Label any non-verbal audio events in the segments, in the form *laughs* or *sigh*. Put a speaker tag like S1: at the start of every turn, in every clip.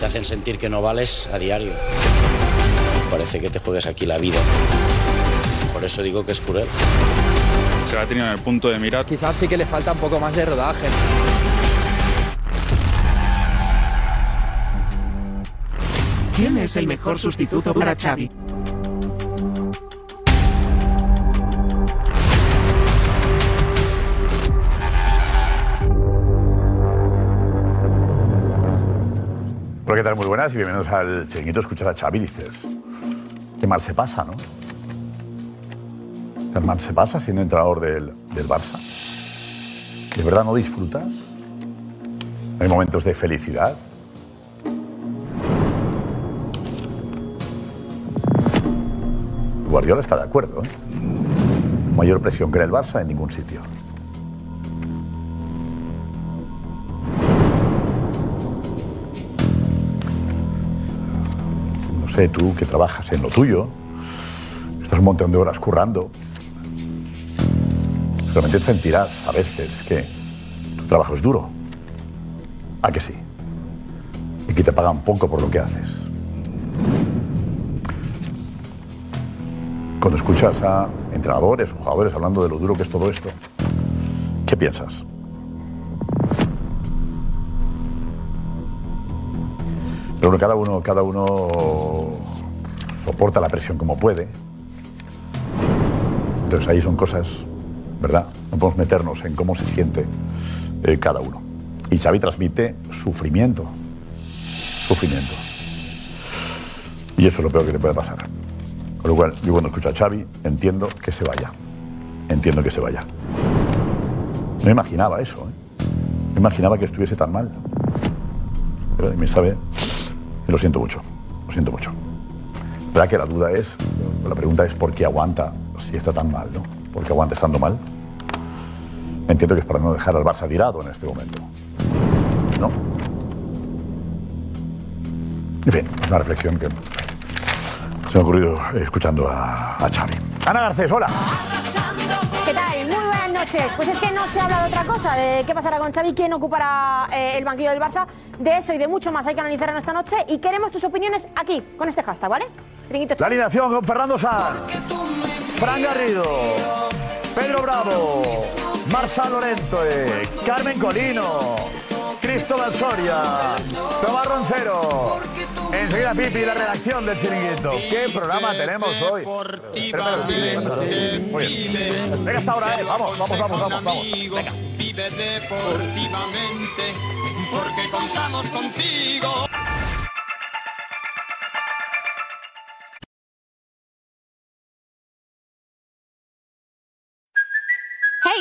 S1: te hacen sentir que no vales a diario. Parece que te juegas aquí la vida. Por eso digo que es cruel.
S2: Se la ha tenido en el punto de mirar.
S3: Quizás sí que le falta un poco más de rodaje.
S4: ¿Quién es el mejor sustituto para Xavi?
S5: Hola, ¿qué tal? Muy buenas y bienvenidos al chiringuito. Escuchar a Xavi, dices. Qué mal se pasa, ¿no? Tan mal se pasa siendo entrenador del, del Barça. ¿De verdad no disfrutas? ¿No hay momentos de felicidad? Guardiola está de acuerdo. ¿eh? Mayor presión que en el Barça en ningún sitio. No sé, tú que trabajas en lo tuyo, estás un montón de horas currando, realmente te sentirás a veces que tu trabajo es duro. ¿A que sí? Y que te pagan poco por lo que haces. Cuando escuchas a entrenadores o jugadores hablando de lo duro que es todo esto, ¿qué piensas? Pero bueno, cada uno, cada uno soporta la presión como puede. Entonces ahí son cosas, ¿verdad? No podemos meternos en cómo se siente eh, cada uno. Y Xavi transmite sufrimiento. Sufrimiento. Y eso es lo peor que te puede pasar. Con lo cual, yo cuando escucho a Xavi entiendo que se vaya. Entiendo que se vaya. No imaginaba eso. ¿eh? No imaginaba que estuviese tan mal. Pero me sabe. y Lo siento mucho. Lo siento mucho. ¿Verdad que la duda es, la pregunta es por qué aguanta si está tan mal, ¿no? ¿Por qué aguanta estando mal? Entiendo que es para no dejar al Barça tirado en este momento. ¿No? En fin, es una reflexión que se me ha ocurrido eh, escuchando a, a Xavi. Ana Garcés, hola.
S6: ¿Qué tal? Muy buenas noches. Pues es que no se habla de otra cosa, de qué pasará con Xavi, quién ocupará eh, el banquillo del Barça. De eso y de mucho más hay que analizar en esta noche y queremos tus opiniones aquí, con este hashtag, ¿vale? Chiringuito
S5: La alineación con Fernando Sanz, Fran Garrido, Pedro Bravo, Marsa Lorente, Carmen Colino, Cristóbal Soria, Tomás Roncero. Enseguida Pipi, la redacción del chiringuito. ¿Qué programa tenemos hoy? Muy bien. Venga, hasta ahora, eh. Vamos, vamos, vamos, vamos. vamos. Venga.
S7: Vive deportivamente, porque contamos contigo.
S8: Hey,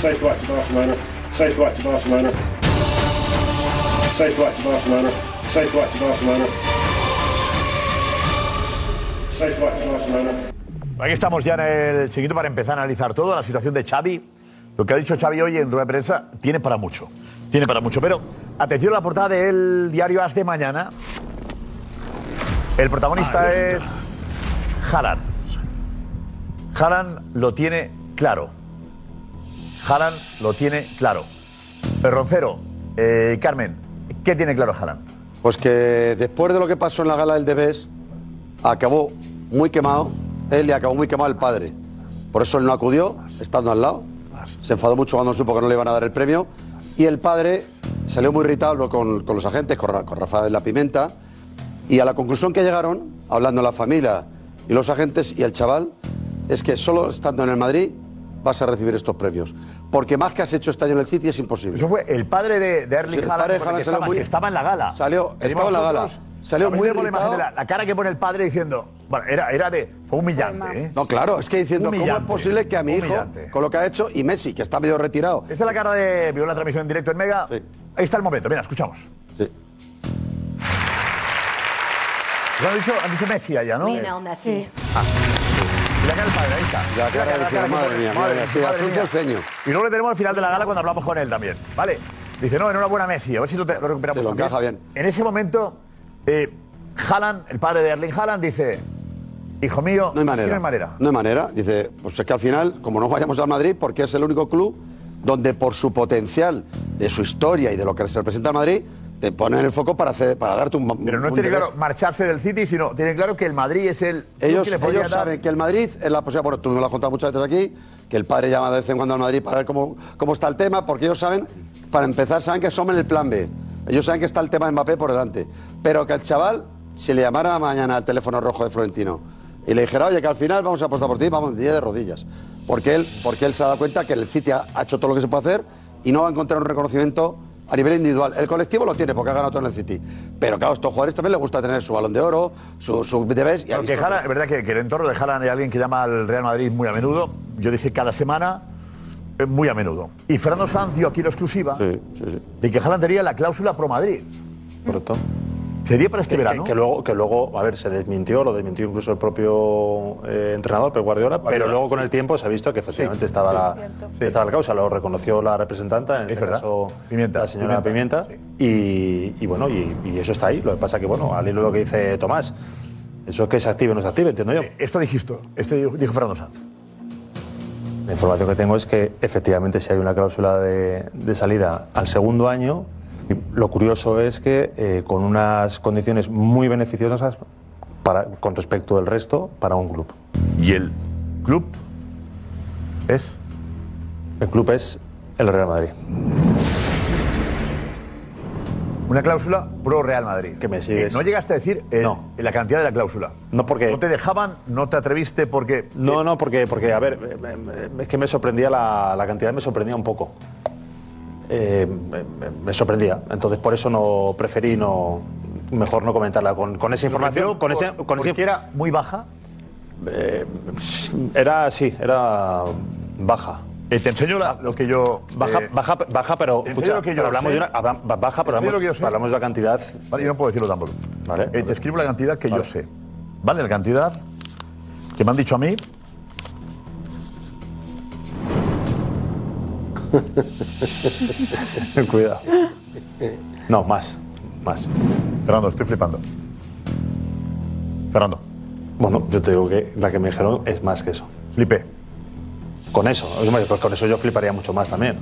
S9: Safe flight to Barcelona. Safe flight to Barcelona. Safe flight to Barcelona. Safe flight to Barcelona. Safe flight to Barcelona.
S5: Aquí estamos ya en el chiquito para empezar a analizar todo, la situación de Xavi. Lo que ha dicho Xavi hoy en rueda de prensa tiene para mucho. Tiene para mucho. Pero atención a la portada del diario As de Mañana. El protagonista es Haaland. Haaland lo tiene claro. Haaland lo tiene claro. Eh, Roncero, eh, Carmen, ¿qué tiene claro Haaland?
S10: Pues que después de lo que pasó en la gala del Debes, acabó muy quemado, él y acabó muy quemado el padre. Por eso él no acudió, estando al lado. Se enfadó mucho cuando supo que no le iban a dar el premio. Y el padre salió muy irritado con, con los agentes, con, Ra- con Rafael La Pimenta. Y a la conclusión que llegaron, hablando la familia y los agentes y el chaval, es que solo estando en el Madrid vas a recibir estos premios. Porque más que has hecho este año en el City es imposible.
S5: Eso fue el padre de, de Erling
S10: Sí, el
S5: Haaland,
S10: padre de
S5: porque
S10: Haaland
S5: estaba,
S10: salió muy-
S5: que estaba en la gala.
S10: Salió-
S5: Teníamos
S10: estaba en la gala.
S5: nosotros-
S10: Salió
S5: a ver,
S10: muy
S5: tenemos la imagen de la,
S10: irritado.
S5: la cara que pone el padre diciendo. Bueno, era, era de. Fue humillante, ¿eh?
S10: No, claro, es que diciendo, ¿cómo es
S5: Humillante,
S10: posible que a mi hijo,
S5: humillante.
S10: con lo que ha hecho, y Messi, que está medio retirado,
S5: Esta es la cara de. Vio la transmisión en directo en Mega. Ahí está el momento, mira, escuchamos.
S10: Sí.
S5: Lo han dicho, han dicho Messi allá, ¿no?
S11: Lionel Messi.
S5: Y la cara del padre, ahí está.
S10: La cara de
S5: que
S10: decir,
S5: pone,
S10: madre mía, madre mía, sí,
S5: madre
S10: azul
S5: mía.
S10: celceño.
S5: Y luego le tenemos al final de la gala cuando hablamos con él también, ¿vale? Dice, no, enhorabuena Messi, a ver si lo, te- lo recuperamos
S10: Sí, lo
S5: también.
S10: encaja bien.
S5: En ese momento, eh, Haaland, el padre de Erling Haaland, dice, hijo mío,
S10: No hay
S5: así
S10: manera.
S5: no hay manera.
S10: No hay manera. Dice, pues es que al final, como no vayamos al Madrid, porque es el único club donde por su potencial, de su historia y de lo que se representa al Madrid, te ponen el foco para, hacer, para darte un...
S5: Pero no
S10: un
S5: tiene
S10: derecho.
S5: claro marcharse del City, sino tiene claro que el Madrid es el... club
S10: Ellos,
S5: que le podría
S10: ellos
S5: dar-
S10: saben que el Madrid es la posibilidad, bueno, tú me lo has contado muchas veces aquí, que el padre llama de vez en cuando al Madrid para ver cómo, cómo está el tema, porque ellos saben, para empezar, saben que son en el plan B. Ellos saben que está el tema de Mbappé por delante. Pero que al chaval, si le llamara mañana al teléfono rojo de Florentino y le dijera, oye, que al final vamos a apostar por ti, vamos, 10 de rodillas. Porque él, porque él se ha dado cuenta que el City ha, ha hecho todo lo que se puede hacer y no va a encontrar un reconocimiento a nivel individual. El colectivo lo tiene porque ha ganado todo en el City. Pero claro, a estos jugadores también les gusta tener su balón de oro, su, su debes. y ha
S5: Porque
S10: visto-
S5: Haaland- es verdad que, que el entorno de Haaland es alguien que llama al Real Madrid muy a menudo. Yo dije cada semana, eh, muy a menudo. Y Fernando Sanz dio aquí la exclusiva de que Haaland tenía la cláusula pro Madrid.
S12: Correcto.
S5: Sería para este
S12: que,
S5: verano.
S12: Que, que luego, que luego, a ver, se desmintió, lo desmintió incluso el propio eh, entrenador, Pep Guardiola, pero luego con el tiempo se ha visto que efectivamente estaba, la, estaba la causa, lo reconoció la representante, en este
S5: verdad.
S12: caso la señora Pimienta, y, y bueno, y, y eso está ahí. Lo que pasa que, bueno, al hilo de lo que dice Tomás, eso es que se active o no se active, entiendo yo.
S5: Eh, Esto dijiste, este dijo, dijo Fernando Sanz.
S12: La información que tengo es que efectivamente si hay una cláusula de, de salida al segundo año, Y lo curioso es que eh, con unas condiciones muy beneficiosas para, con respecto del resto para un club.
S5: ¿Y el club es?
S12: El club es el Real Madrid.
S5: Una cláusula pro Real Madrid. Que
S12: me
S5: sigues. no llegaste a decir eh, la cantidad de la cláusula.
S12: No porque
S5: No te dejaban, no te atreviste porque... eh,
S12: No, no, porque, porque a ver, eh, eh, es que me sorprendía la, la cantidad, me sorprendía un poco. Eh, me, me- me sorprendía. Entonces, por eso no preferí no. Mejor no comentarla. Con, con esa información. Con ese, con ese-
S5: era muy baja.
S12: Eh, era sí, era baja.
S5: Eh, te enseño lo que yo.
S12: Baja,
S5: eh,
S12: baja, baja, pero.
S5: te enseño
S12: escucha,
S5: lo que yo
S12: pero hablamos
S5: sé.
S12: de una. habla- ba- Baja, pero
S5: Te enseño
S12: hablamos,
S5: lo que yo sé.
S12: hablamos de la cantidad.
S5: Vale, yo no puedo decirlo tampoco.
S12: Vale.
S5: Eh, te escribo la cantidad que yo sé. Vale, la cantidad que me han dicho
S12: *laughs*
S5: a mí.
S12: Cuidado. No, más. Más.
S5: Fernando, estoy flipando. Fernando.
S12: Bueno, yo te digo que la que me dijeron es más que eso.
S5: Flipé.
S12: Con eso. hombre, pues con eso yo fliparía mucho más también.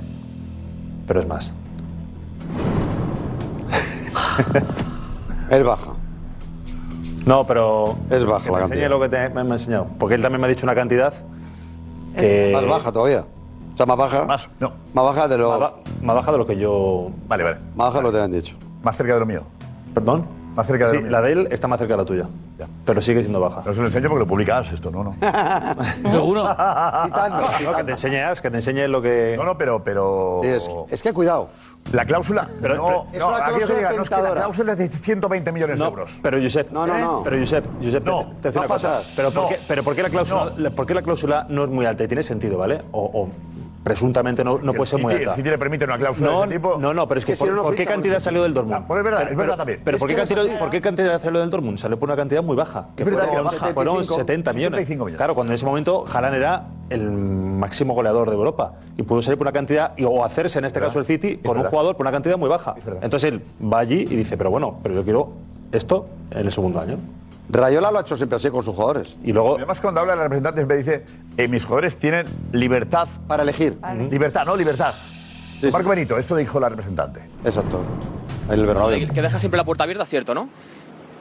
S12: Pero es más.
S10: Él baja.
S12: No, pero.
S10: Es baja
S12: que
S10: la
S12: me
S10: cantidad.
S12: enseñe lo que te- me, me ha enseñado. Porque él también me ha dicho una cantidad que.
S10: Eh, Más baja todavía. O sea, más baja. Más,
S5: no.
S10: Más baja de lo. Más,
S12: baja de lo que yo.
S5: Vale, vale.
S10: baja de lo que te han dicho.
S5: Más cerca de lo mío.
S12: ¿Perdón?
S5: Más cerca de
S12: Sí,
S5: lo mío.
S12: la de él está más cerca de la tuya. Pero sigue siendo baja.
S5: No se lo enseño porque lo publicas esto, no, no. *laughs*
S12: Seguro. No, que te enseñas, que te enseñe lo que.
S5: No, no, pero. pero...
S12: Sí, es-
S10: que cuidado.
S5: La cláusula.
S12: Pero-
S5: no,
S12: pero-
S5: no,
S12: Es una
S5: aquí
S12: cláusula
S5: os diga, no, es que la
S12: tentadora.
S5: cláusula es de 120 millones de
S12: No,
S5: euros.
S12: Pero Josep,
S5: No, no,
S12: ¿eh?
S5: no.
S12: Pero Josep, Josep,
S5: No,
S12: te, te hace
S5: va
S12: una
S5: para
S12: cosa.
S5: atrás.
S12: Pero
S5: No.
S12: ¿por, qué, pero por qué la cláusula, la- por qué la cláusula no es muy alta? Y tiene sentido, ¿vale? O, o presuntamente no, no
S5: El
S12: puede ser muy
S5: City-
S12: alta.
S5: el City le permite una cláusula
S12: no,
S5: de ese tipo.
S12: No, no, pero es que,
S5: Que si
S12: por,
S5: no, no
S12: ¿por qué
S5: ficha por
S12: cantidad
S5: City.
S12: salió del Dortmund?
S5: Ah, pues es verdad,
S12: Pero-
S5: es verdad
S12: pero-
S5: también.
S12: Pero
S5: Es
S12: ¿por qué,
S5: que
S12: cantidad,
S5: eso sí.
S12: ¿por qué cantidad salió del Dortmund? Salió por una cantidad muy baja. Que
S5: Es verdad que era
S12: fueron,
S5: baja.
S12: fueron
S5: 75,
S12: 70 millones.
S5: 75 millones.
S12: Claro, cuando en ese momento Haaland era el máximo goleador de Europa y pudo salir por una cantidad y- o hacerse en este caso el City con un
S5: verdad.
S12: jugador por una cantidad muy baja. Entonces él va allí y dice, pero bueno, pero yo quiero esto en el segundo año.
S10: Rayola lo ha hecho siempre así con sus jugadores.
S5: Y luego. Además, cuando habla de los representantes, me dice: eh, mis jugadores tienen libertad.
S10: Para elegir.
S5: Libertad, no libertad. Marco Benito, esto dijo la representante.
S10: Exacto. El Bernabéu.
S13: Que deja siempre la puerta abierta, ¿cierto, no?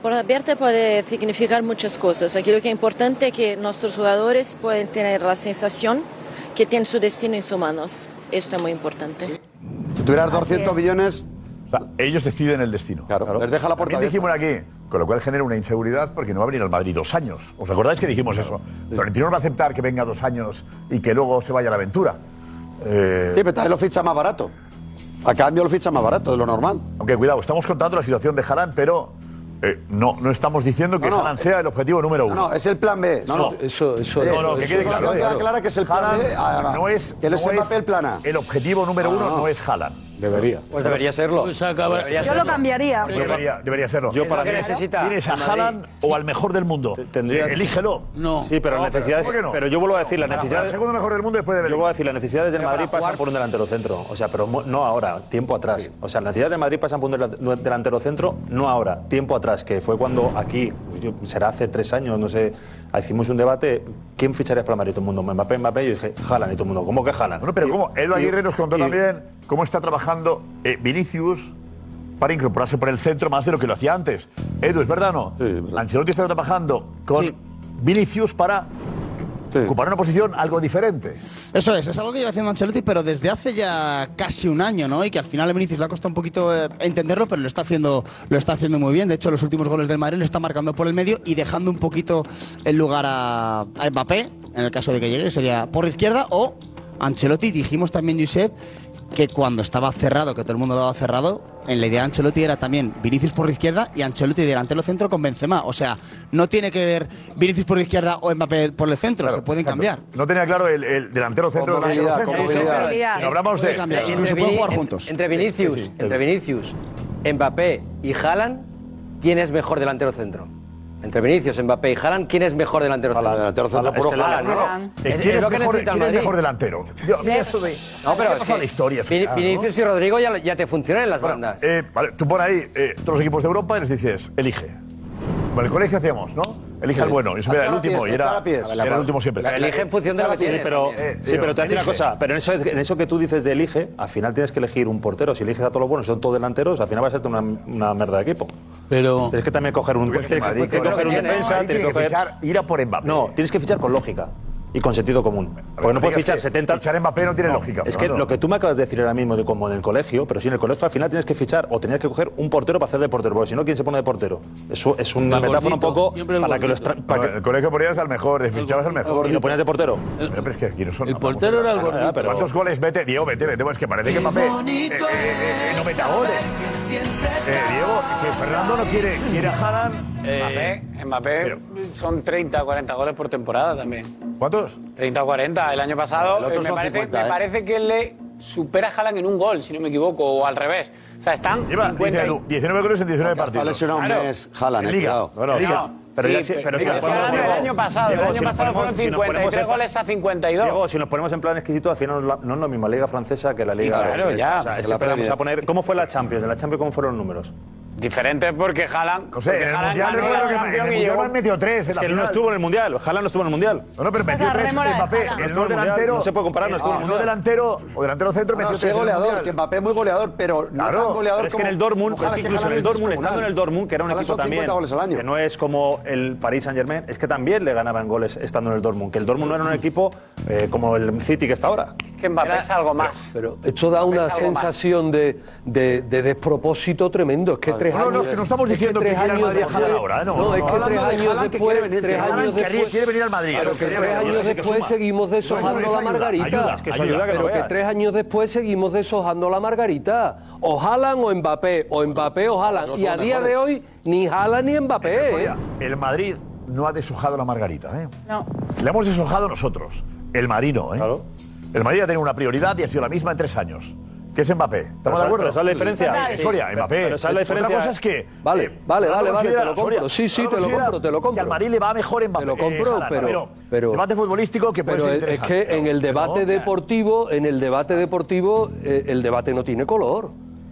S14: Por abierta puede significar muchas cosas. Aquí lo que es importante es que nuestros jugadores pueden tener la sensación que tienen su destino en sus manos. Esto es muy importante.
S10: Si tuvieras 200 millones.
S5: ellos deciden el destino.
S10: Claro, les deja la puerta
S5: También dijimos aquí, con lo cual genera una inseguridad porque no va a venir al Madrid dos años. ¿Os acordáis que dijimos eso? Florentino no va a aceptar que venga dos años y que luego se vaya a la aventura. Eh,
S10: Sí, pero también lo ficha más barato. A cambio lo ficha más barato de lo normal.
S5: Aunque cuidado, estamos contando la situación de Harán, pero eh, no, no estamos diciendo que Haaland sea el objetivo número uno.
S10: No, no, es el plan B. No, no.
S5: eso,
S10: Eh,
S5: no, no, que
S10: eso-
S5: quede
S10: eso
S5: claro.
S10: queda clara que es el plan
S5: Haaland
S10: B, ah,
S5: no es,
S10: que él
S5: no
S10: es el papel Ah. plan A.
S5: El objetivo número uno no, es Haaland. Debería.
S12: Pues debería serlo. Pues
S5: Ah,
S12: acaba- Debería
S15: Yo lo cambiaría.
S5: Debería, debería serlo.
S12: Yo para
S5: ¿Qué
S12: mí-
S5: necesita? ¿Tienes a
S12: Madrid.
S5: Haaland o al mejor del mundo? Eh,
S12: Tendrías-
S5: Elígelo.
S12: No. Sí, pero
S5: No,
S12: las necesidades.
S5: ¿por
S12: Pero,
S5: qué no?
S12: yo vuelvo a decir, las
S5: Para- para el
S12: necesidades.
S5: segundo mejor del mundo después de
S12: Yo vuelvo a decir, las necesidades del
S5: Pero
S12: Madrid
S5: para
S12: pasan
S5: jugar-
S12: por un delantero centro. O sea, pero mo- no ahora, tiempo atrás. O sea, las necesidades del Madrid pasan por un delan- delantero centro, no ahora, tiempo atrás, que fue cuando aquí, yo- será hace tres años, no sé, hicimos un debate. ¿Quién ficharías para el Madrid? Todo el mundo, Mbappé, Mbappé. Yo dije, Jalan y todo el mundo. ¿Cómo que Jalan?
S5: Bueno, pero ¿cómo? Edu Aguirre nos contó
S12: y-
S5: también cómo está trabajando eh, Vinicius para incorporarse por el centro más de lo que lo hacía antes. Edu, ¿es verdad o no? Ancelotti está trabajando con Vinicius para ocupar una posición algo diferente.
S16: Eso es, es algo que lleva haciendo Ancelotti, pero desde hace ya casi un año, ¿no? Y que al final a Vinicius le ha costado un poquito eh, entenderlo, pero lo está haciendo, lo está haciendo muy bien. De hecho, los últimos goles del Madrid lo está marcando por el medio y dejando un poquito el lugar a, a Mbappé, en el caso de que llegue, sería por izquierda o Ancelotti. Dijimos también, Josep, que cuando estaba cerrado, que todo el mundo lo daba cerrado, en la idea de Ancelotti era también Vinicius por izquierda y Ancelotti delantero centro con Benzema. O sea, no tiene que ver Vinicius por izquierda o Mbappé por el centro, se pueden cambiar.
S5: No tenía claro el, el delantero centro.
S16: Con movilidad,
S5: delantero
S16: con
S5: centro.
S16: movilidad.
S5: Pero hablamos de...
S16: Puede cambiar,
S12: Entre
S16: incluso pueden
S12: Vini-
S16: jugar
S12: en-
S16: juntos.
S12: entre Vinicius,
S16: entre
S12: Vinicius, Mbappé y Haaland, ¿quién es mejor delantero centro? Entre Vinicius, Mbappé y Haaland, ¿quién es mejor delantero centro?
S10: delantero centro,
S12: Haaland, es
S10: puro
S12: que Haaland,
S10: Haaland,
S12: ¿no?
S10: ¿no?
S12: Es-
S5: Eh, ¿Quién es,
S12: lo que
S5: mejor,
S12: necesita el
S5: quién es
S12: Madrid.
S5: mejor delantero? Yo, a mí eso de...
S12: No, pero
S5: ¿Qué
S12: es
S5: ha pasado
S12: que
S5: la historia?
S12: Vini-
S5: claro, ¿no?
S12: Vinicius y Rodrigo ya, ya te funcionan en las
S5: Bueno,
S12: bandas.
S5: eh, vale, tú pon ahí eh, todos los equipos de Europa y les dices, elige. Bueno, el colegio hacíamos, ¿no? Elige
S12: Sí.
S5: al bueno. Y se era
S12: Echar
S5: el
S12: a
S5: último.
S12: pies,
S5: y era,
S12: echar a pies.
S5: era el último siempre.
S12: La elige en función de lo que
S5: Sí,
S12: tiene.
S5: pero,
S12: Eh,
S5: sí,
S12: sí, pero te hace
S5: hace
S12: una cosa. Pero en eso, en eso que tú dices de elige, al final tienes que elegir un portero. Si eliges a todos los buenos, son todos delanteros, al final vas a ser una, una merda de equipo. Pero. Tienes que también coger un. Tienes que,
S5: Madrid,
S12: tienes que
S5: con
S12: coger
S5: lo
S12: un
S5: que tiene,
S12: defensa,
S5: Madrid
S12: tienes que
S5: tiene que
S12: coger.
S5: fichar, ir a por Mbappé.
S12: No, tienes que fichar con lógica y con sentido común. Porque no puedes
S5: digas
S12: fichar
S5: que
S12: 70.
S5: fichar a Mbappé no tiene lógica,
S12: Es que
S5: Fernando.
S12: lo que tú me acabas de decir ahora mismo, de como en el colegio, pero sí en el colegio al final tienes que fichar o tenías que coger un portero para hacer de portero, porque si no, ¿quién se pone de portero? Eso es una
S5: El
S12: metáfora un
S5: gordito,
S12: poco
S5: siempre el
S12: para que lo
S5: gordito.
S12: extra- para
S5: No,
S12: que-
S5: el colegio ponías al mejor, de fichabas al mejor.
S12: ¿Y lo ponías de portero?
S5: Pero es que aquí no son.
S12: El portero era el
S5: Ah,
S12: gordito.
S5: pero- ¿Cuántos goles? Vete, Diego, vete, vete. Es que parece que Mbappé. eh, eh, eh, no meta goles. Eh, Diego, que Fernando no quiere, quiere a Haaland. eh,
S17: Mbappé, Mbappé son 30 o 40 goles por temporada también.
S5: ¿Cuántos?
S17: 30 o 40. El año
S10: El
S17: pasado
S10: otro
S17: eh, me,
S10: son
S17: parece,
S10: 50,
S17: me
S10: ¿eh?
S17: parece que le supera a Haaland en un gol, si no me equivoco, o al revés. O sea, están
S5: Lleva
S17: 50
S5: dice
S17: y-
S5: Edu, 19 goles en 19
S10: Porque hasta
S5: partidos.
S10: lesionado un
S17: Claro.
S10: mes, Haaland, eh,
S5: En Liga.
S10: cuidado.
S5: Bueno, Liga.
S17: No,
S5: Pero
S17: sí,
S5: ya sí- pero
S17: pero
S5: si nos
S17: estoy
S5: ponemos-
S17: hablando del
S5: Diego,
S17: año pasado. El
S5: Diego,
S17: año
S5: si nos
S17: pasado
S5: ponemos-
S17: fueron
S5: si nos ponemos
S17: 53
S5: en-
S17: goles a 52.
S12: Diego, si nos ponemos en plan exquisito, al final no es la- no es la misma liga francesa que la liga.
S17: claro,
S12: inglesa.
S17: ya.
S12: O sea, es
S17: La
S12: que pero vamos
S17: Premier.
S12: a poner. ¿Cómo fue la Champions? En la Champions, ¿cómo fueron los números?
S17: Diferentes porque Haaland.
S12: No sé,
S17: porque
S12: en el
S17: Haaland
S12: Mundial
S17: ganó la
S12: recuerdo que
S17: Champions
S12: en el
S17: y
S12: Mundial
S17: llegó-
S12: me metió tres en
S5: Es
S12: la
S5: que él no
S12: final.
S5: estuvo
S12: en el Mundial. Haaland no estuvo en el Mundial.
S5: No, no, pero
S12: Esa es
S5: metió
S12: la
S5: tres.
S12: rémora de
S5: Mbappé,
S12: Haaland.
S5: el
S12: No estuvo
S5: no
S12: en el Mundial,
S5: delantero.
S12: no se puede comparar, no estuvo en el
S5: el no
S12: Mundial.
S5: delantero o delantero centro
S10: No,
S5: metió
S10: sí,
S5: tres. en el
S10: goleador,
S5: Mundial.
S10: que Mbappé es muy goleador, pero no
S5: Claro,
S10: tan goleador
S12: Pero es que en
S10: como-
S12: el Dortmund,
S10: como
S12: pero es que
S10: Haaland,
S12: incluso en
S10: Haaland
S12: el
S10: es
S12: Dortmund,
S10: descomunal.
S12: estando en el Dortmund, que era un
S10: Haaland
S12: equipo
S10: son 50
S12: también
S10: goles al año.
S12: que no es como el Paris Saint Germain, es que también le ganaban goles estando en el Dortmund, que el Dortmund no era un equipo eh, como el City que está ahora.
S17: Que Mbappé es algo más.
S18: Pero esto da una
S17: Es algo más.
S18: sensación de, de- de despropósito tremendo. Es que tres
S5: No,
S18: años.
S5: no, es que no estamos
S18: es
S5: diciendo que
S18: tres
S5: quiera el
S18: años
S5: Madrid a Haaland
S18: después-
S5: ahora, ¿eh? No,
S18: No,
S5: no,
S18: es que
S5: hablando
S18: tres
S5: de
S18: años
S5: Haaland que
S18: después.
S5: quiere venir,
S18: tres
S5: que Haaland
S18: años
S5: querría-
S18: después-
S5: quiere venir al Madrid.
S18: Claro, que
S5: Eso
S18: tres
S5: ayuda,
S18: años
S5: eso sí que
S18: después
S5: suma.
S18: seguimos
S5: Eso ayuda,
S18: deshojando
S5: eso
S18: la
S5: ayuda,
S18: margarita.
S5: ayuda, es que eso ayuda, que
S18: Pero
S5: lo
S18: que
S5: veas.
S18: tres años después seguimos deshojando la margarita. O Haaland o Mbappé, o Mbappé o Haaland.
S5: Los dos
S18: Y a
S5: son
S18: día de
S5: mejores.
S18: hoy, ni Haaland ni Mbappé. ¿eh?
S5: Eso, oiga, El Madrid no ha deshojado la margarita, ¿eh?
S18: No.
S5: La hemos deshojado nosotros, el marino, ¿eh? El Madrid ha tenido una prioridad y ha sido la misma en tres años. que es Mbappé? ¿Estamos
S12: Pero
S5: de
S12: sa-
S5: acuerdo?
S12: pero ¿sabes la diferencia?
S5: Eh,
S12: Sí.
S5: Soria,
S12: Pero-
S5: Mbappé.
S12: pero ¿sabes la diferencia?
S5: Otra cosa es que...
S18: Vale, vale,
S5: Fernando
S18: vale, vale,
S5: considera-
S18: te lo compro.
S5: Soria,
S18: Sí, sí, te
S5: Fernando
S18: lo
S5: considera
S18: compro, te lo compro.
S5: Que al Madrid le va mejor Mbappé.
S18: Te lo
S5: eh,
S18: compro,
S5: Haaland,
S18: pero, pero-
S5: Debate futbolístico que puede
S18: pero
S5: ser
S18: es
S5: interesante.
S18: que en el debate deportivo, en el debate deportivo, eh, el debate no tiene color.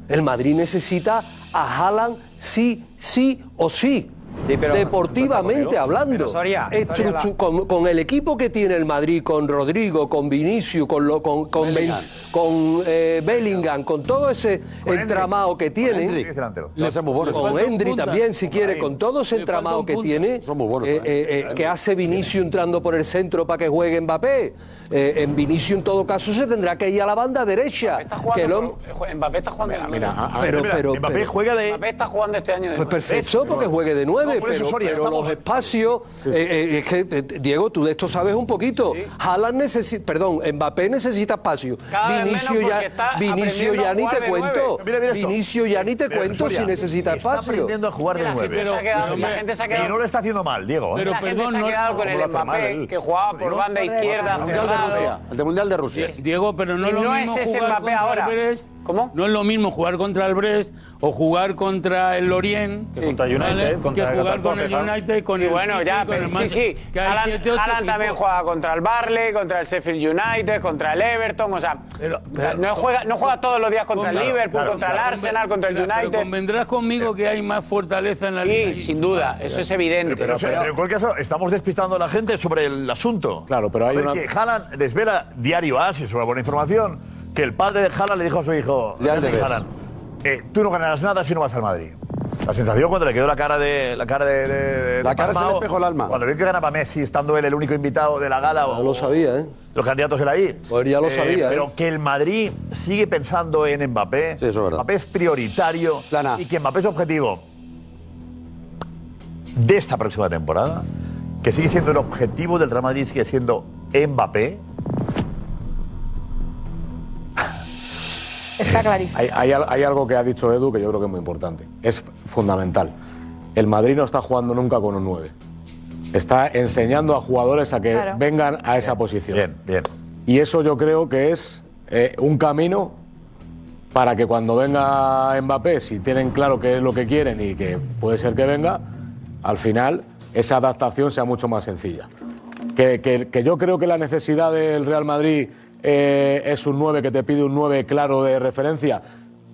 S18: El Madrid necesita a Haaland sí, sí o sí.
S15: pero-
S18: deportivamente
S15: pero-
S18: hablando.
S15: pero Soria,
S18: Es
S15: Soria,
S18: chuchu-
S15: la-
S18: con, con el equipo que tiene el Madrid, con Rodrigo, con Vinicius, con, lo- con, con,
S5: Bellingham.
S18: Benz- con, eh, Bellingham, con todo ese entramado que tiene.
S5: Hendrik es delantero.
S18: Le-
S5: Va a ser muy bueno.
S18: Con
S5: Le falta un
S18: Hendry
S5: punta.
S18: también, si quiere,
S5: Ahí.
S18: con todo ese
S5: Le falta
S18: entramado
S5: un
S18: que
S5: punta.
S18: tiene. eh, eh, eh, que hace Vinicius entrando por el centro para que juegue Mbappé. Eh, en Vinicius, en todo caso, se tendrá que ir a la banda derecha.
S17: Ah,
S18: que lo-
S17: eh, Mbappé está jugando de nueve.
S18: pero, pero, pero-
S17: Mbappé está jugando este año de
S18: pues
S17: nueve.
S18: perfecto, porque juegue de nueve,
S17: No, por eso,
S18: pero,
S17: Soria,
S18: pero
S17: estamos-
S18: los espacios. eh, eh, es que, eh, Diego, tú de esto sabes un poquito. Haaland necesita. Perdón, Mbappé necesita espacio.
S17: Cada vez
S18: Vinicio
S17: menos porque
S18: ya,
S17: está
S18: Vinicio
S17: aprendiendo
S18: ya
S17: a
S18: ni
S17: jugar
S18: te
S17: de nueve.
S18: cuento.
S17: Mira, mira esto.
S18: Vinicio ya ni te
S17: Pero,
S18: cuento
S17: Soria,
S18: si necesita
S17: está
S18: espacio.
S17: aprendiendo a jugar de La gente nueve. se ha quedado- la gente se ha quedado-
S5: Y no lo está haciendo mal, Diego. ¿eh?
S17: la gente se ha quedado con el Mbappé, que jugaba por banda izquierda, cerrado.
S10: El de Mundial de Rusia.
S19: Diego, pero no, es
S17: Y
S19: lo
S17: no
S19: mismo
S17: es ese
S19: jugar
S17: Mbappé
S19: contra
S17: ahora.
S19: el Brest. No es lo mismo jugar contra el Brest o jugar contra el Lorient.
S12: Que contra United, contra
S19: que
S12: el
S19: jugar con el
S12: Tottenham.
S19: United, con
S17: Sí,
S19: el
S17: bueno,
S19: City,
S17: ya,
S19: con el
S17: pero sí,
S19: Manchester-
S17: sí.
S19: que hay
S17: Haaland,
S19: siete, ocho
S17: Haaland también
S19: equipos.
S17: juega contra el Barley, contra el Sheffield United, contra el Everton, o sea,
S19: pero-
S17: no, juega, no juega todos los días contra el
S19: Claro,
S17: Liverpool,
S19: claro,
S17: contra
S19: claro.
S17: el Arsenal, contra el
S19: Pero- pero
S17: United.
S19: Convendrás conmigo que hay más fortaleza en la liga.
S17: Sí, sin duda, eso es evidente.
S5: Pero, pero en cualquier caso, estamos despistando a la gente sobre el asunto. Claro, pero
S20: hay
S5: a ver,
S20: una-
S5: que Haaland desvela diario Asi, es una buena información, que el padre de Haaland le dijo a su hijo,
S10: Ya le ves.
S5: Haaland, eh, tú no ganarás nada si no vas al Madrid. La sensación cuando le quedó la cara de... La cara de, de- de-
S10: La
S5: de
S10: cara es el
S5: pasmao,
S10: espejo del alma.
S5: Cuando vio que ganaba Messi, estando él el único invitado de la gala... No lo sabía, ¿eh? Los candidatos era ahí.
S18: Pues ya lo sabía, ¿eh?
S5: Pero que el Madrid sigue pensando en Mbappé. Mbappé es prioritario. Y que Mbappé es objetivo de esta próxima temporada, que sigue siendo el objetivo del Real Madrid, sigue siendo Mbappé.
S11: Está clarísimo. Eh, Hay, hay al- hay algo que ha dicho Edu que yo creo que es muy importante. Es fundamental. El Madrid no está jugando nunca con un 9. Está enseñando a jugadores a que
S20: Claro.
S11: vengan a esa posición.
S5: Bien, bien.
S11: Y eso yo creo que es eh, un camino para que cuando venga Mbappé, si tienen claro qué es lo que quieren y que puede ser que venga, al final esa adaptación sea mucho más sencilla. Que, que- que yo creo que la necesidad del Real Madrid eh, es un 9 que te pide un 9 claro de referencia.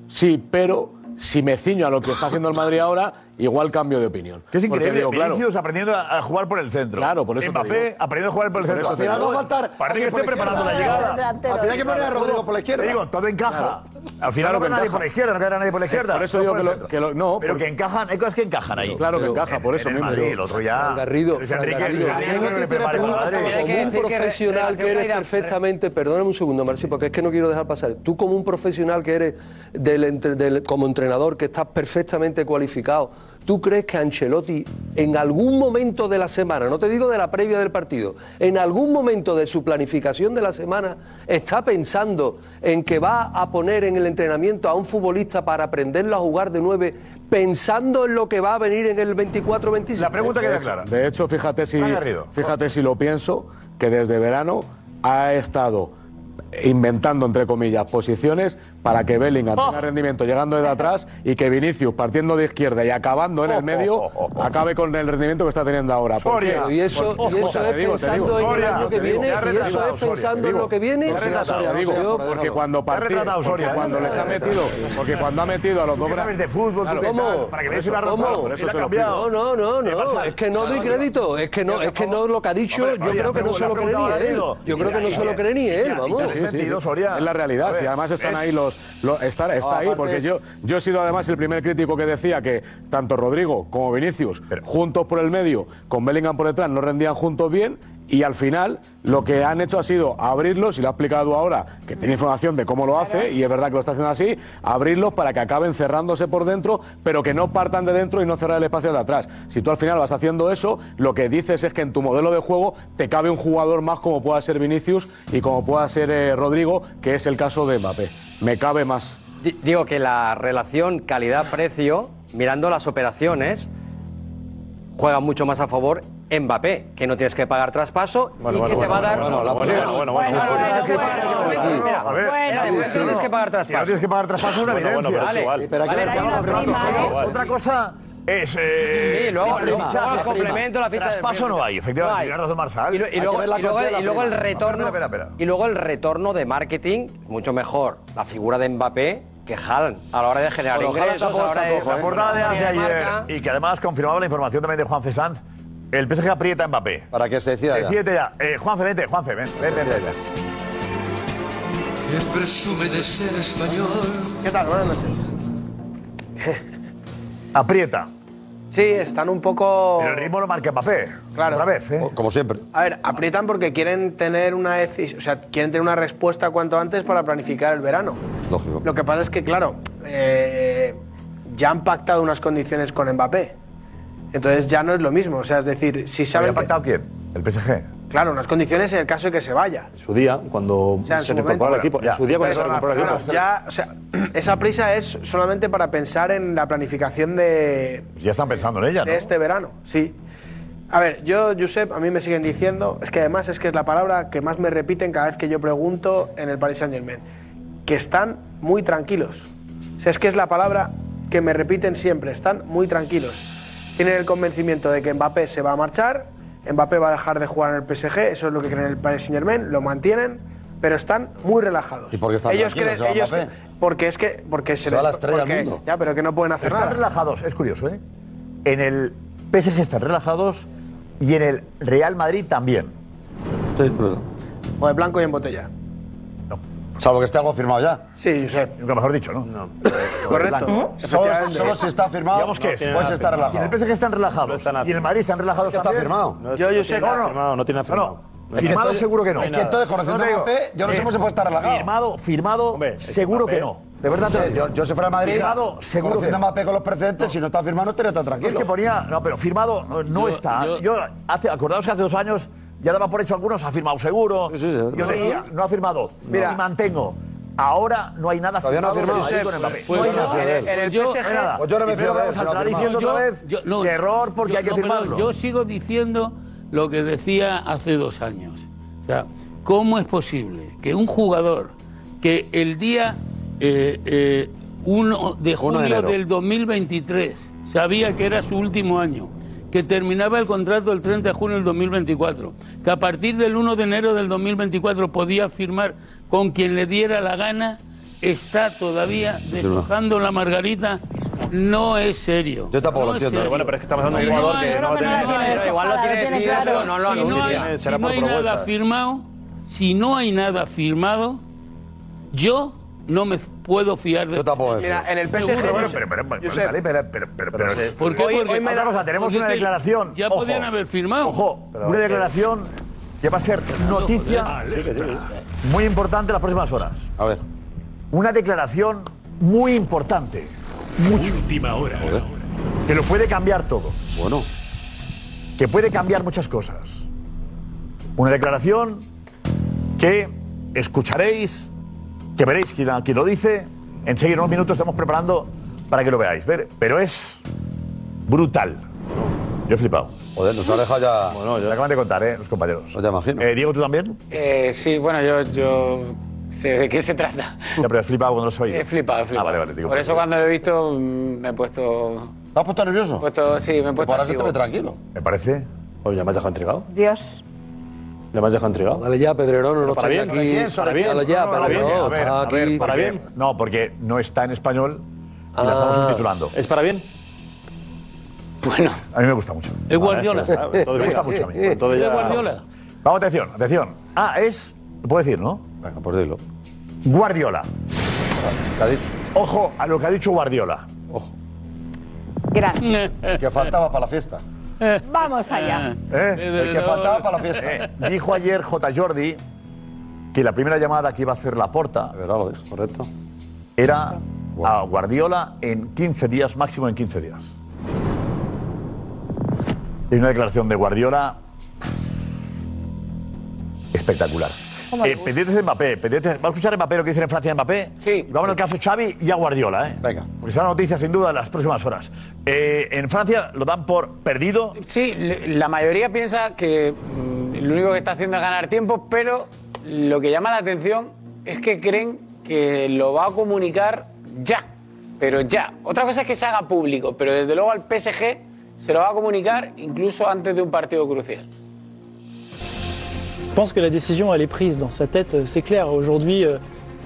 S11: Sí, pero si me ciño a lo que está haciendo el Madrid ahora, igual cambio de opinión.
S5: Que es
S11: Porque
S5: increíble.
S11: digo, claro,
S5: Vinicius aprendiendo a a jugar por el centro. Claro, por
S11: eso te
S5: Mbappé
S11: digo.
S5: aprendiendo a jugar por
S11: Por
S5: el centro.
S11: eso
S5: Al
S11: te
S5: final
S11: digo.
S5: no va a faltar. Parece que esté preparando la llegada.
S20: Delantero.
S10: Al final hay que poner a Rodrigo por la izquierda.
S5: Te digo, todo encaja. Al final
S11: Claro
S5: no
S11: que
S5: cae
S11: encaja.
S5: nadie
S11: Eh,
S5: por la izquierda, no caerá nadie por la izquierda.
S11: Por eso
S5: Todo
S11: digo
S5: por
S11: que
S5: el
S11: lo-
S5: centro.
S11: que lo- no,
S5: Pero
S11: porque-
S5: que encajan, hay cosas que encajan ahí.
S11: Claro que
S5: Pero
S11: encaja, por
S5: en-
S11: eso
S5: en el
S11: mismo,
S5: Madrid,
S11: pero-
S5: el otro ya.
S11: Fran Garrido,
S5: Luis
S11: Fran
S5: Enrique,
S11: Garrido.
S5: Luis Enrique no le prepara para Madrid.
S18: Como un profesional que eres perfectamente, perdóname un segundo, Marci, porque es que no quiero dejar pasar. Tú como un profesional que eres del, entre- del- como entrenador que estás perfectamente cualificado, ¿tú crees que Ancelotti en algún momento de la semana, no te digo de la previa del partido, en algún momento de su planificación de la semana está pensando en que va a poner en el entrenamiento a un futbolista para aprenderlo a jugar de nueve, pensando en lo que va a venir en el 24-25? La
S5: pregunta
S11: De hecho- De hecho, fíjate si,
S5: Fran Garrido.
S11: fíjate si lo pienso, que desde verano ha estado inventando, entre comillas, posiciones para que Bellingham tenga rendimiento llegando desde atrás y que Vinicius, partiendo de izquierda y acabando en el medio, acabe con el rendimiento que está teniendo ahora. ¿Por qué?
S18: Y eso,
S11: Por-
S18: y eso
S11: Te
S18: es
S11: digo, te digo.
S18: pensando en el año que
S11: Te digo.
S18: viene,
S11: Te ha
S18: y eso
S11: retratado,
S18: es
S11: Soria.
S18: pensando
S11: Te
S18: en
S11: digo.
S18: lo que viene.
S11: Te ha retratado,
S18: Yo-
S11: te digo, porque cuando
S5: Te ha
S11: partí-
S5: retratado,
S11: porque
S5: Soria, ¿eh?
S11: cuando les ha metido, porque cuando ha metido a los dos
S5: que sabes de fútbol, tú
S11: Claro.
S5: que tal,
S11: ¿Cómo?
S5: para que
S11: Por
S5: le des
S11: eso-
S5: una razón.
S11: ¿cómo?
S5: Él
S11: Por eso
S5: ha
S11: te lo
S5: cambiado.
S18: No, no,
S5: El
S18: no, no.
S5: Barça-
S18: Es que no
S5: Claro,
S18: doy
S5: tío.
S18: crédito. Es que no, es que no lo que ha dicho,
S5: Hombre,
S18: yo
S5: Soria,
S18: creo que no
S5: pero
S18: se lo
S5: le ha
S18: cree ni
S5: preguntado a
S18: él.
S5: Garrido.
S18: Yo creo que no se lo cree ni él, vamos.
S11: Sí, sí, sí. Es la realidad, si además están ahí los. los- está está
S5: No,
S11: ahí,
S5: aparte
S11: porque
S5: es-
S11: yo, yo he sido además el primer crítico que decía que tanto Rodrigo como Vinicius, juntos por el medio, con Bellingham por detrás, no rendían juntos bien. Y al final lo que han hecho ha sido abrirlos, y lo ha explicado ahora, que tiene información de cómo lo hace, y es verdad que lo está haciendo así, abrirlos para que acaben cerrándose por dentro, pero que no partan de dentro y no cerrar el espacio de atrás. Si tú al final vas haciendo eso, lo que dices es que en tu modelo de juego te cabe un jugador más como pueda ser Vinicius y como pueda ser eh, Rodrigo, que es el caso de Mbappé. Me cabe más.
S21: Di- Digo que la relación calidad-precio, mirando las operaciones, juega mucho más a favor Mbappé, que no tienes que pagar traspaso y que te va a dar.
S5: A ver,
S21: No tienes que pagar traspaso.
S5: No tienes que pagar traspaso, es una
S21: Bueno, bueno,
S5: evidencia.
S21: pero es igual.
S5: Vale, vale,
S21: Pero aquí
S5: vale,
S21: hay una
S5: vale,
S21: prima,
S5: vale.
S21: ¿eh?
S5: Otra cosa es. eh,
S21: Sí, luego- luego- luego los complementos,
S5: complemento,
S21: la ficha de-
S5: Traspaso no hay,
S21: No
S5: efectivamente.
S21: hay.
S5: Tiene razón Marsal.
S21: Y, lo- y
S5: Hay que
S21: luego,
S5: ver la
S21: y luego-
S5: cantidad de la
S21: y luego el
S5: prima.
S21: retorno.
S5: Espera, espera, espera.
S21: Y luego el retorno de marketing, mucho mejor la figura de Mbappé que jalan a la hora de generar
S5: Bueno, ojalá
S21: ingresos, a la
S5: tampoco
S21: hora
S5: está
S21: de...
S5: cojo, ¿eh? La portada de As de
S21: Marca.
S5: ayer, y que además confirmaba la información también de Juanfe Sanz, el PSG aprieta a Mbappé.
S10: Para que se decida ya.
S5: Decídete ya. Eh, Juanfe, vete, Juanfe, ven, ven, ven, ven.
S22: que presume de ser español.
S1: ¿Qué tal? Buenas noches.
S5: Aprieta.
S1: Sí, están un poco.
S5: Pero el ritmo lo marca Mbappé.
S1: Claro.
S5: Otra vez, ¿eh?
S10: Como siempre.
S1: A ver, aprietan porque quieren tener una decis- o sea, quieren tener una respuesta cuanto antes para planificar el verano.
S10: Lógico.
S1: Lo que pasa es que, claro, eh, ya han pactado unas condiciones con Mbappé. Entonces ya no es lo mismo. O sea, es decir, si saben. ¿Ha pactado
S5: quién? ¿El PSG?
S1: Claro, unas condiciones en el caso de que se vaya.
S12: su día, cuando
S1: O sea, en su
S12: se incorporó al
S1: momento.
S12: equipo. En su día, cuando se
S1: Pero,
S12: incorporó al
S1: claro,
S12: equipo.
S1: ya, o sea, *clears throat* esa prisa es solamente para pensar en la planificación de.
S5: Ya están pensando en ella,
S1: de
S5: ¿no?
S1: este verano, sí. A ver, yo, Josep, a mí me siguen diciendo, es que además es que es la palabra que más me repiten cada vez que yo pregunto en el Paris Saint Germain, que están muy tranquilos. O sea, es que es la palabra que me repiten siempre, están muy tranquilos. Tienen el convencimiento de que Mbappé se va a marchar, Mbappé va a dejar de jugar en el PSG, eso es lo que creen en el Paris Saint Germain, lo mantienen, pero están muy relajados.
S10: ¿Y por qué están
S1: ellos creen,
S10: tranquilos? ¿Se va
S1: ellos
S10: Mbappé?
S1: cre- porque es que porque se,
S5: Se va
S1: les-
S5: la estrella del
S1: porque-
S5: mundo.
S1: Ya, pero que no pueden hacer
S5: están
S1: nada.
S5: relajados, es curioso, ¿eh? En el PSG están relajados y en el Real Madrid también.
S1: O de blanco y en botella.
S10: Salvo que esté algo firmado ya.
S1: Sí, Josep.
S5: Nunca mejor dicho, ¿no? No.
S1: ¿Eh?
S10: Correcto. Solo, solo si está firmado,
S5: Digamos que
S10: no
S5: es.
S10: tiene nada firmado.
S5: Si en el PSG están relajados y en el Madrid están relajados
S10: Es que está
S5: también.
S10: firmado. No,
S5: Yo,
S10: no
S5: yo
S10: tiene
S5: sé
S10: nada
S5: no, no.
S10: firmado, no tiene firmado.
S5: No, no. Firmado
S10: Entonces-
S5: seguro que no.
S10: es que entonces, con
S5: No
S10: conociendo
S5: te
S10: a
S5: digo.
S10: Mbappé, yo no sé cómo se puede estar relajado.
S5: Firmado, firmado, seguro que no. De verdad te lo
S10: Sí,
S5: digo.
S10: yo, yo si fuera el Madrid,
S5: Firmado, seguro que
S10: conociendo
S5: no.
S10: a Mbappé con los precedentes, si no está firmado, no estaría tan tranquilo.
S5: Es que ponía, no, pero firmado no, no
S10: Yo-
S5: está.
S10: yo-
S5: Yo, hace, acordaos que hace dos años ya daba por hecho algunos, ha firmado seguro. yo decía, no ha firmado.
S1: Mira.
S5: y mantengo. Ahora no hay nada
S1: Todavía no ha
S5: de
S1: firmado.
S5: Madrid con Mbappé.
S1: Pues
S5: No hay
S1: yo-
S5: nada.
S1: en el- en el
S5: Yo- eh,
S1: PSG
S5: nada.
S1: Pues yo no me
S5: Y
S1: fío de
S5: Pedro
S1: él, si lo ha
S5: saldrá
S1: firmado.
S5: diciendo
S1: Yo-
S5: otra vez
S1: yo-
S5: que error porque
S19: Yo-
S5: hay que
S19: no, perdón,
S5: firmarlo.
S19: yo sigo diciendo lo que decía hace dos años. O sea, ¿cómo es posible que un jugador que el día 1 de
S15: Uno de
S19: junio
S15: enero.
S19: del 2023 sabía que era su último año, que terminaba el contrato el 30 de junio del 2024, que a partir del 1 de enero del 2024 podía firmar con quien le diera la gana, está todavía deshojando la margarita, no es serio.
S10: Yo tampoco
S19: No
S10: lo
S19: es
S10: entiendo.
S19: serio.
S10: Bueno, pero es que estamos hablando de un
S19: Pero
S10: jugador
S19: hay-
S10: que no lo tiene-
S19: hay-
S10: Pero igual lo tiene
S19: claro,
S10: decidido,
S19: claro.
S10: pero no lo
S19: Si no
S10: anuncia.
S19: hay-
S10: Será
S19: Si no
S10: por
S19: hay
S10: propuesta.
S19: nada firmado, si no hay nada firmado, yo no me f- puedo fiar de Yo tampoco.
S1: Mira, en el PSG,
S5: Pero bueno,
S1: Josep-
S5: pero, pero, pero, pero,
S1: Josep.
S5: pero,
S19: eh,
S5: pero, pero, pero,
S19: Pero,
S5: es-
S19: ¿por qué? Hoy- Porque- hoy me
S5: otra
S19: da-
S5: cosa, tenemos
S19: porque
S5: una
S19: es que
S5: declaración.
S19: ya
S5: ojo,
S19: podían haber firmado.
S5: Ojo,
S19: Pero
S5: una
S19: que-
S5: declaración que va a ser noticia muy importante las próximas horas.
S10: A ver.
S5: Una declaración muy importante. Mucho. Última hora. Que lo puede cambiar todo.
S10: Bueno.
S5: Que puede cambiar muchas cosas. Una declaración que escucharéis, que veréis quién, la- quién lo dice. Enseguida, en unos minutos, estamos preparando para que lo veáis. Ver- Pero es brutal. Yo he flipado.
S10: Joder, nos ha dejado ya.
S5: Bueno, yo... acaban de contar, ¿eh? Los compañeros. Os
S10: imagino.
S5: Diego, ¿tú también?
S20: Eh, sí, bueno, yo, yo sé de qué se trata.
S5: Ya, pero has flipado cuando lo has oído.
S20: He flipado, he flipado.
S5: Ah, vale, vale. Digo,
S20: Por eso cuando lo he visto mm, me he puesto...
S10: ¿Te has puesto nervioso?
S20: Puesto, sí, me he puesto activo.
S10: tranquilo.
S5: ¿Me parece?
S12: Oye, me has dejado intrigado.
S23: Dios.
S12: ¿Le has dejado intrigado?
S18: Vale, ya, Pedrerón, no
S12: Pero
S18: está
S12: para bien,
S18: aquí.
S12: ¿para quién? ¿Para
S18: Vale,
S12: quién?
S18: ya,
S12: No, no, no,
S18: pero
S12: no,
S18: no,
S12: a ver,
S18: está
S12: a ver,
S18: aquí.
S12: ¿para
S5: porque-
S12: bien?
S5: No, porque no está en español y la
S12: Ah.
S5: estamos subtitulando.
S12: ¿Es para bien?
S20: Bueno.
S5: A mí me gusta mucho.
S19: Es Guardiola.
S5: Vale, pues está. me gusta mucho a mí.
S19: Es Guardiola.
S5: Vamos, atención, atención. Ah, es. Lo puedo decir, ¿no?
S10: Venga, pues dilo.
S5: Guardiola.
S10: ¿Qué ha dicho?
S5: Ojo a lo que ha dicho Guardiola.
S23: Gran.
S10: Que faltaba para la fiesta.
S23: Vamos allá.
S5: ¿Eh?
S10: El que faltaba para la fiesta.
S5: Eh, *laughs* dijo ayer J. Jordi que la primera llamada que iba a hacer la porta.
S10: correcto.
S5: Era a Guardiola en 15 días, máximo en 15 días. Y una declaración de Guardiola espectacular. Eh, pendientes de Mbappé, pendientes. ¿Va a escuchar Mbappé lo que dicen en Francia de Mbappé? Sí. Y vamos al caso Xavi y a Guardiola, ¿eh? Venga. Porque será noticia sin duda en las próximas horas. Eh, en Francia lo dan por perdido.
S20: Sí, le- la mayoría piensa que mm, lo único que está haciendo es ganar tiempo, pero lo que llama la atención es que creen que lo va a comunicar ya, pero ya. Otra cosa es que se haga público, pero desde luego al PSG se lo va a comunicar incluso antes de un partido crucial.
S24: Je pense que la décision, elle est prise dans sa tête, euh, c'est clair. Aujourd'hui, euh,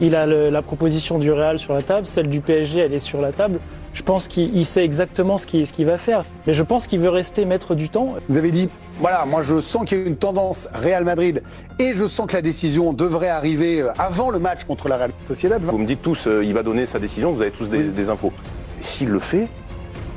S2: Il a le- la proposition du Real sur la table, celle du PSG, elle est sur la table. Je pense qu'il il sait exactement ce qu'il ce qu'il va faire. Mais je pense qu'il veut rester maître du temps.
S3: Vous avez dit, voilà, moi je sens qu'il y a une tendance Real Madrid et je sens que la décision devrait arriver euh, avant le match contre la Real Sociedad.
S4: Vous me dites tous, euh, il va donner sa décision, vous avez tous des, des infos. S'il le fait,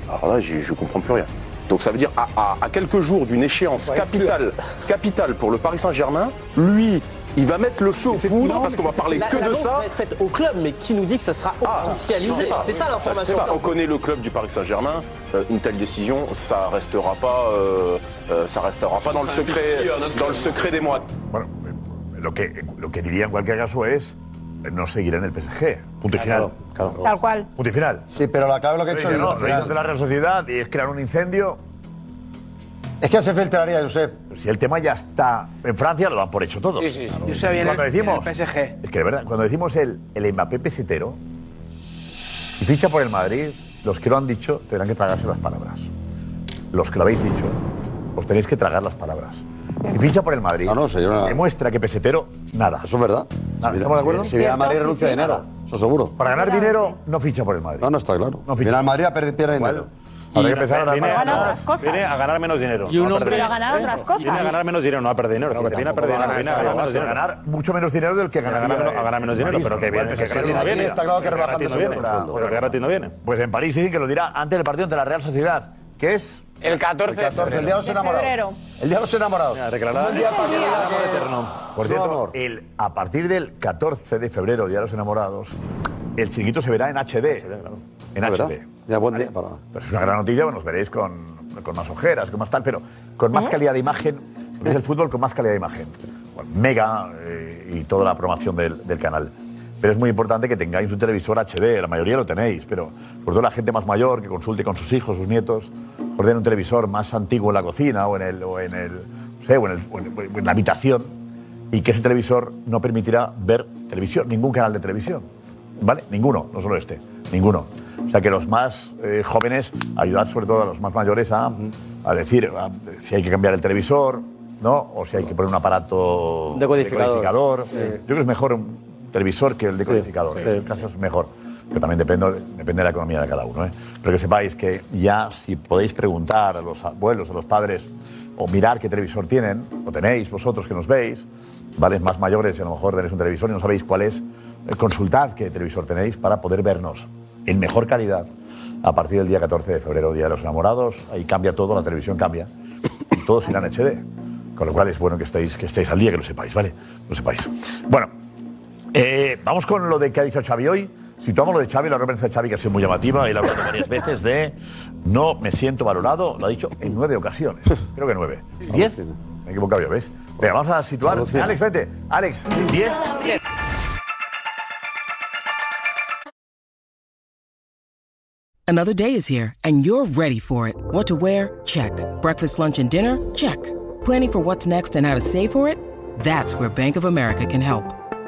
S4: alors là, je ne comprends plus rien. Donc ça veut dire, à, à- à quelques jours d'une échéance capitale, capitale pour le Paris Saint-Germain, lui, il va mettre le feu aux poudres parce qu'on va parler
S6: la,
S4: que
S6: la
S4: de
S6: annonce
S4: ça. Ah,
S6: va être faite au club, mais qui nous dit que ça sera
S4: Je sais
S6: officialisé
S4: pas.
S6: C'est ça
S4: je sais
S6: l'information.
S4: pas. On connaît le club du Paris Saint-Germain. Euh, une telle décision, ça restera pas, euh, euh, ça restera pas dans le
S5: Ça implique
S4: secret,
S5: qui, un autre
S4: dans
S5: club
S4: le secret des mois.
S5: Bueno, eh, lo que, lo que diría en cualquier caso es, eh, no seguirá en el PSG. Punto y
S4: Ah,
S5: final.
S23: Tal cual.
S5: Punto y final.
S10: Sí, pero la clave lo que ha
S5: Dice,
S10: hecho es
S5: no, reírnos de la Real Sociedad y es crear un incendio.
S10: Es que se filtraría, Josep.
S5: Si el tema ya está en Francia, lo dan por hecho todos.
S1: Sí, sí, sí.
S5: Claro.
S1: Josep, viene
S5: Cuando
S1: el- viene
S5: decimos,
S1: el PSG.
S5: Es que de verdad, cuando decimos el, el Mbappé pesetero, si ficha por el Madrid, los que lo han dicho tendrán que tragarse las palabras. Los que lo habéis dicho, os tenéis que tragar las palabras. Si ficha por el Madrid, demuestra que pesetero, nada. Eso
S10: es verdad.
S5: ¿Estamos de acuerdo?
S10: Si viene al Madrid renuncia dinero, eso seguro.
S5: Para ganar dinero, no ficha por el Madrid.
S10: No, no está claro.
S5: No
S10: viene al Madrid a perder pierde dinero.
S5: Habrá que empezar a dar
S12: Viene
S5: más
S12: ganar
S5: palabras.
S12: otras cosas. Viene a ganar menos dinero.
S5: Y un
S12: no a
S5: hombre-
S12: perder.
S5: Pero a ganar otras cosas.
S12: Viene a ganar menos dinero, no a perder dinero. porque viene a perder dinero. Viene a ganar menos
S5: a
S12: dinero.
S5: ganar mucho menos dinero del que
S12: Viene a
S5: ganaría
S12: ganar menos- a ganar menos dinero, pero que viene- que gratis no viene. Que gratis no viene. Pero que gratis no viene.
S5: Pues en París dicen que lo dirá antes del partido ante la Real Sociedad, que es...
S20: El 14
S5: de febrero.
S10: El día de los enamorados. El día de los enamorados. Un día para que-
S5: Por cierto, el, a partir del 14 de febrero, Día de los Enamorados, el chiquito se verá en HD. En
S10: Ah, ¿verdad?
S5: HD.
S10: Ya, buen día para-
S5: Pero es una gran noticia, bueno, nos veréis con, con más ojeras, con más tal, pero con más calidad de imagen, porque es el fútbol con más calidad de imagen. Bueno, mega eh, y toda la promoción del, del canal. Pero es muy importante que tengáis un televisor HD, la mayoría lo tenéis, pero sobre todo la gente más mayor que consulte con sus hijos, sus nietos, ordene un televisor más antiguo en la cocina o en, el, o en, el, no sé, o en, el- o en- o en la habitación y que ese televisor no permitirá ver televisión, ningún canal de televisión. ¿Vale? Ninguno, no solo este, ninguno. O sea que los más eh, jóvenes, ayudad sobre todo a los más mayores a, a decir a- si hay que cambiar el televisor, ¿no? O si hay que poner un aparato
S21: Decodificador.
S5: decodificador.
S21: Sí.
S5: Yo creo que es mejor un televisor que el decodificador. En este caso es mejor. Pero también depende, depende de la economía de cada uno. ¿eh? Pero que sepáis que ya si podéis preguntar a los abuelos, a los padres, o mirar qué televisor tienen, o tenéis vosotros que nos veis, ¿vale? Más mayores, y a lo mejor tenéis un televisor y no sabéis cuál es, eh, consultad qué televisor tenéis para poder vernos en mejor calidad a partir del día 14 de febrero, Día de los Enamorados. Ahí cambia todo, la televisión cambia. Y todos irán HD. Con lo cual es bueno que estéis, que estéis al día, que lo sepáis, ¿vale? Lo sepáis. Bueno, eh, vamos con lo de que ha dicho Xavi hoy. Situamos lo de Xavi, la referencia de Xavi que ha sido muy llamativa, él ha hablado varias veces de no me siento valorado, lo ha dicho en nueve ocasiones, creo que nueve. ¿Diez? Me he equivocado yo, ¿ves? Venga, vamos a situar.
S10: Alucina.
S5: Alex, vete. Alex, diez.
S15: Another day is here, and you're ready for it. What to wear? Check. Breakfast, lunch, and dinner? Check. Planning for what's next and how to save for it? That's where Bank of America can help.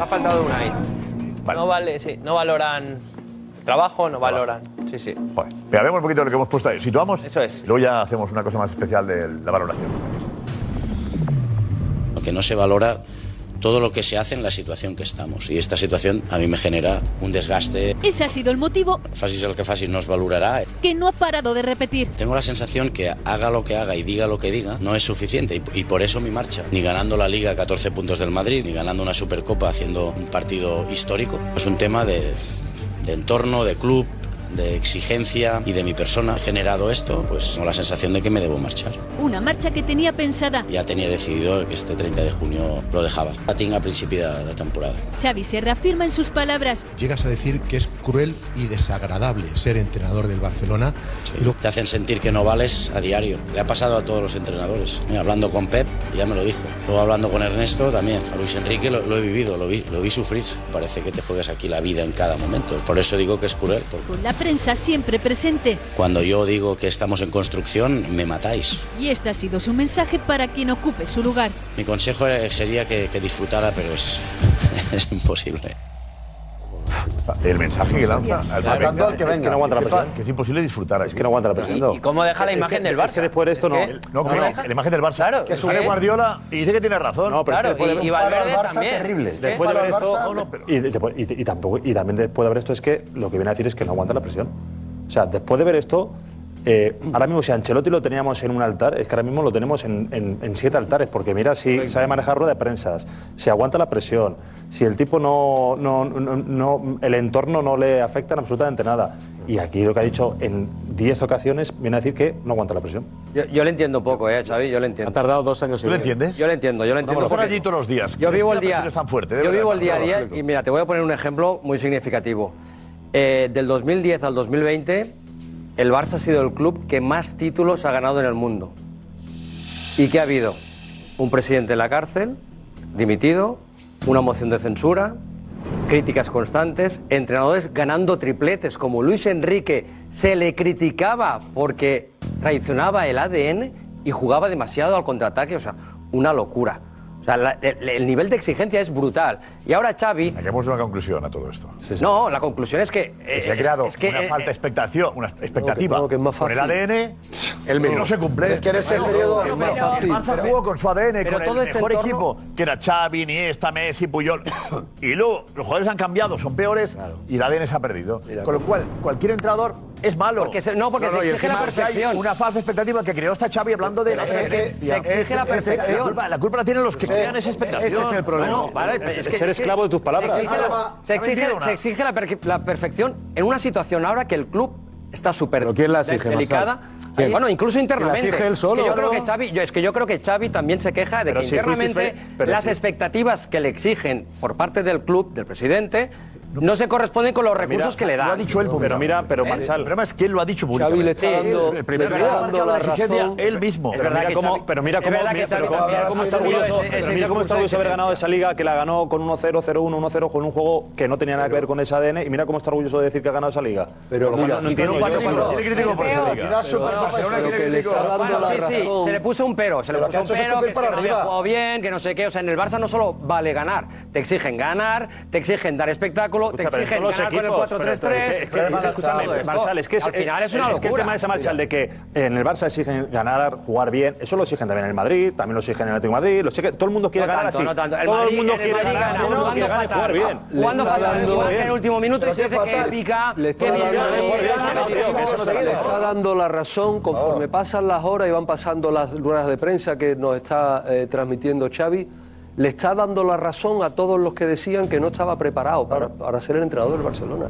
S21: ha faltado una ahí.
S6: No vale, sí, no valoran trabajo, no valoran. Sí, sí.
S5: Venga, vemos un poquito lo que hemos puesto ahí. Situamos. Eso es. Luego ya hacemos una cosa más especial de la valoración.
S24: que no se valora todo lo que se hace en la situación que estamos. Y esta situación a mí me genera un desgaste.
S25: Ese ha sido el motivo
S24: Fasis el que fasis nos valorará.
S25: que no ha parado de repetir.
S24: Tengo la sensación que haga lo que haga y diga lo que diga, no es suficiente. Y, y por eso mi marcha. Ni ganando la Liga 14 puntos del Madrid, ni ganando una Supercopa haciendo un partido histórico. Es un tema de, de entorno, de club, de exigencia y de mi persona. He generado esto, pues tengo la sensación de que me debo marchar.
S25: Una marcha que tenía pensada.
S24: Ya tenía decidido que este 30 de junio lo dejaba. La tinga a principio de la temporada.
S25: Xavi se reafirma en sus palabras.
S26: Llegas a decir que es cruel y desagradable ser entrenador del Barcelona.
S24: Te hacen sentir que no vales a diario. Le ha pasado a todos los entrenadores. Mira, hablando con Pep, ya me lo dijo. Luego hablando con Ernesto también, a Luis Enrique lo, lo he vivido, lo vi, lo vi sufrir. Parece que te juegas aquí la vida en cada momento. Por eso digo que es cruel. porque
S25: con la prensa siempre presente.
S24: Cuando yo digo que estamos en construcción, me matáis.
S25: Y este ha sido su mensaje para quien ocupe su lugar.
S24: Mi consejo eh, sería que, que disfrutara, pero es, *laughs* es imposible.
S5: El mensaje que lanza
S24: Dios.
S5: al
S24: Claro, tanto al que
S5: que
S24: venga.
S5: que no aguanta la
S24: Que
S5: presión.
S24: sepa
S5: Que es imposible disfrutar aquí. Es que no
S12: aguanta la
S5: presión.
S12: ¿Y- y cómo deja la
S5: Es
S12: imagen
S5: que-
S12: del Barça?
S5: Es que después de esto
S12: Es
S5: no.
S12: que-
S5: No,
S12: no
S5: claro,
S12: deja-
S5: la imagen del Barça.
S12: Claro,
S21: ¿Eh?
S5: que
S12: es
S5: sale
S12: que-
S5: Guardiola y dice que tiene razón.
S12: No, pero es que después de- Después de ver esto,
S5: No, no, pero-
S12: y, después- y- y tampoco, y también después de ver esto es que lo que viene a decir es que no aguanta la presión. O sea, después de ver esto, eh, ahora mismo si Ancelotti lo teníamos en un altar, es que ahora mismo lo tenemos en, en- en siete altares, porque mira si sabe manejar rueda de prensas, si aguanta la presión, si el tipo no, no, no, no- el entorno no le afecta en absolutamente nada. Y aquí lo que ha dicho en 10 ocasiones viene a decir que no aguanta la presión.
S21: Yo, yo le entiendo poco, eh, Xavi, yo le entiendo. Ha tardado dos años
S12: y ¿Tú le medio. entiendes?
S21: Yo le entiendo, yo le entiendo.
S5: Vamos, por
S21: porque-
S5: allí todos los días.
S21: Yo
S5: Es que
S21: vivo el
S5: la
S21: día.
S5: presión es tan fuerte, de
S21: yo
S5: verdad,
S21: vivo el
S5: no,
S21: día a
S5: no,
S21: día
S5: no, no.
S21: y mira, te voy a poner un ejemplo muy significativo. Eh, del 2010 al 2020, el Barça ha sido el club que más títulos ha ganado en el mundo. ¿Y qué ha habido? Un presidente en la cárcel, dimitido, una moción de censura, críticas constantes, entrenadores ganando tripletes, como Luis Enrique se le criticaba porque traicionaba el ADN y jugaba demasiado al contraataque, o sea, una locura. O sea, la- el, el nivel de exigencia es brutal. Y ahora Xavi...
S5: Saquemos una conclusión a todo esto.
S21: No, la conclusión es que... eh,
S5: se ha creado
S21: es que,
S5: una
S21: eh,
S5: falta de expectación, una expectativa.
S21: no, que es más
S5: Con el
S21: fácil.
S5: ADN,
S21: El
S5: que
S21: mismo.
S5: no se cumple.
S21: Es que eres el periodo-
S5: Pero,
S21: Pero-
S5: pero el Barça
S21: pero-
S5: jugó con su ADN,
S21: pero
S5: con el
S21: todo este
S5: mejor
S21: entorno-
S5: equipo, que era Xavi, Iniesta, Messi,
S21: *coughs*
S5: Puyol. y luego los jugadores han cambiado, son peores y el ADN se ha perdido. con lo cual, cualquier entrenador es malo.
S21: Porque se- no, porque se
S5: y
S21: exige la
S5: encima que hay
S21: perfección.
S5: Una falsa expectativa que creó esta Xavi hablando de
S21: Pero es que
S5: expectativa.
S21: se exige
S5: Ese-
S21: la
S5: ese-
S21: perfección.
S5: culpa- la culpa la tienen los que crean esa expectación.
S21: No, vale, pero es que- es que Se exige, la- se exige- se exige la, per- la perfección en una situación ahora que el club está súper
S11: ¿Pero quién la exige,
S21: delicada.
S11: Marcelo? ¿Quién?
S21: Bueno, incluso
S11: ¿Que la
S21: internamente.
S11: exige él
S21: es,
S11: solo?
S21: que yo creo que
S11: Claro.
S21: Xavi, yo- es que yo creo que Xavi también se queja de
S11: Pero
S21: que
S11: si
S21: internamente
S11: fuisteis fe- pero
S21: las
S11: si-
S21: expectativas que le exigen por parte del club, del presidente, no se corresponden con los
S5: Mira,
S21: recursos que le da.
S5: Lo ha dicho él
S21: Pero
S5: públicamente.
S21: mira, pero Marchal-
S5: El problema es que él lo ha dicho públicamente.
S21: Xavi le está dando-
S5: el
S21: le está
S5: ha
S21: dando
S5: marcado
S21: la
S5: la exigencia
S21: razón.
S5: él mismo.
S21: Es verdad que Xavi-
S12: pero mira
S21: es
S12: cómo,
S21: verdad que
S12: mira,
S21: Xavi
S12: pero cómo-
S21: también
S12: mira cómo
S21: ha
S12: está
S21: asumido
S12: orgulloso,
S21: ese-
S12: pero
S21: ese
S12: mira cómo está
S21: discurso
S12: orgulloso
S21: de
S12: haber ganado esa liga que la ganó con 1-0, 0-1, 1-0 con un juego que no tenía nada que ver con ese ADN y mira cómo está orgulloso de decir que ha ganado esa liga. Pero
S21: mira,
S12: no
S21: y
S12: entiendo
S21: con un
S12: yo
S21: cuatro
S12: cuando-
S21: cero. Tiene crítico por esa liga.
S12: Pero-
S21: Bueno, sí, sí, se le puso un pero, se le
S12: Pero
S21: puso
S12: que ha hecho ese
S21: un pero, Pues que, es
S12: papel
S21: que no
S12: para
S21: había
S12: arriba.
S21: jugado bien, que no sé qué. O sea, en el Barça no solo vale ganar, te exigen ganar, te exigen dar espectáculo,
S12: Escucha,
S21: te
S12: pero en
S21: exigen
S12: todos
S21: ganar
S12: los equipos,
S21: con
S12: pero
S21: el 4-3-3.
S12: es que- es que-
S21: Todo
S12: escúchame,
S21: esto.
S12: Marshall, es que es-
S21: Al final es una
S12: es
S21: locura.
S12: que el tema de Marshall de que en el Barça exigen ganar, jugar bien, eso lo exigen también en el Madrid, también lo exigen en el Atlético de Madrid, lo exigen- todo el mundo quiere
S21: No
S12: ganar
S21: tanto,
S12: así.
S21: no tanto. El
S12: todo
S21: Madrid-
S12: el mundo
S21: el
S12: quiere
S21: Madrid
S12: ganar,
S21: gana,
S12: todo el mundo quiere ganar y jugar
S21: jugando
S12: bien.
S21: fatal. Jugando fatal, igual que en el último minuto y se dice que pica,
S18: Le está
S21: que
S18: dando-
S21: pica, que pica, que pica.
S18: Le está dando la razón conforme pasan las horas y van pasando las ruedas de prensa que nos está eh, transmitiendo Xavi. Le está dando la razón a todos los que decían que no estaba preparado para, para ser el entrenador del Barcelona.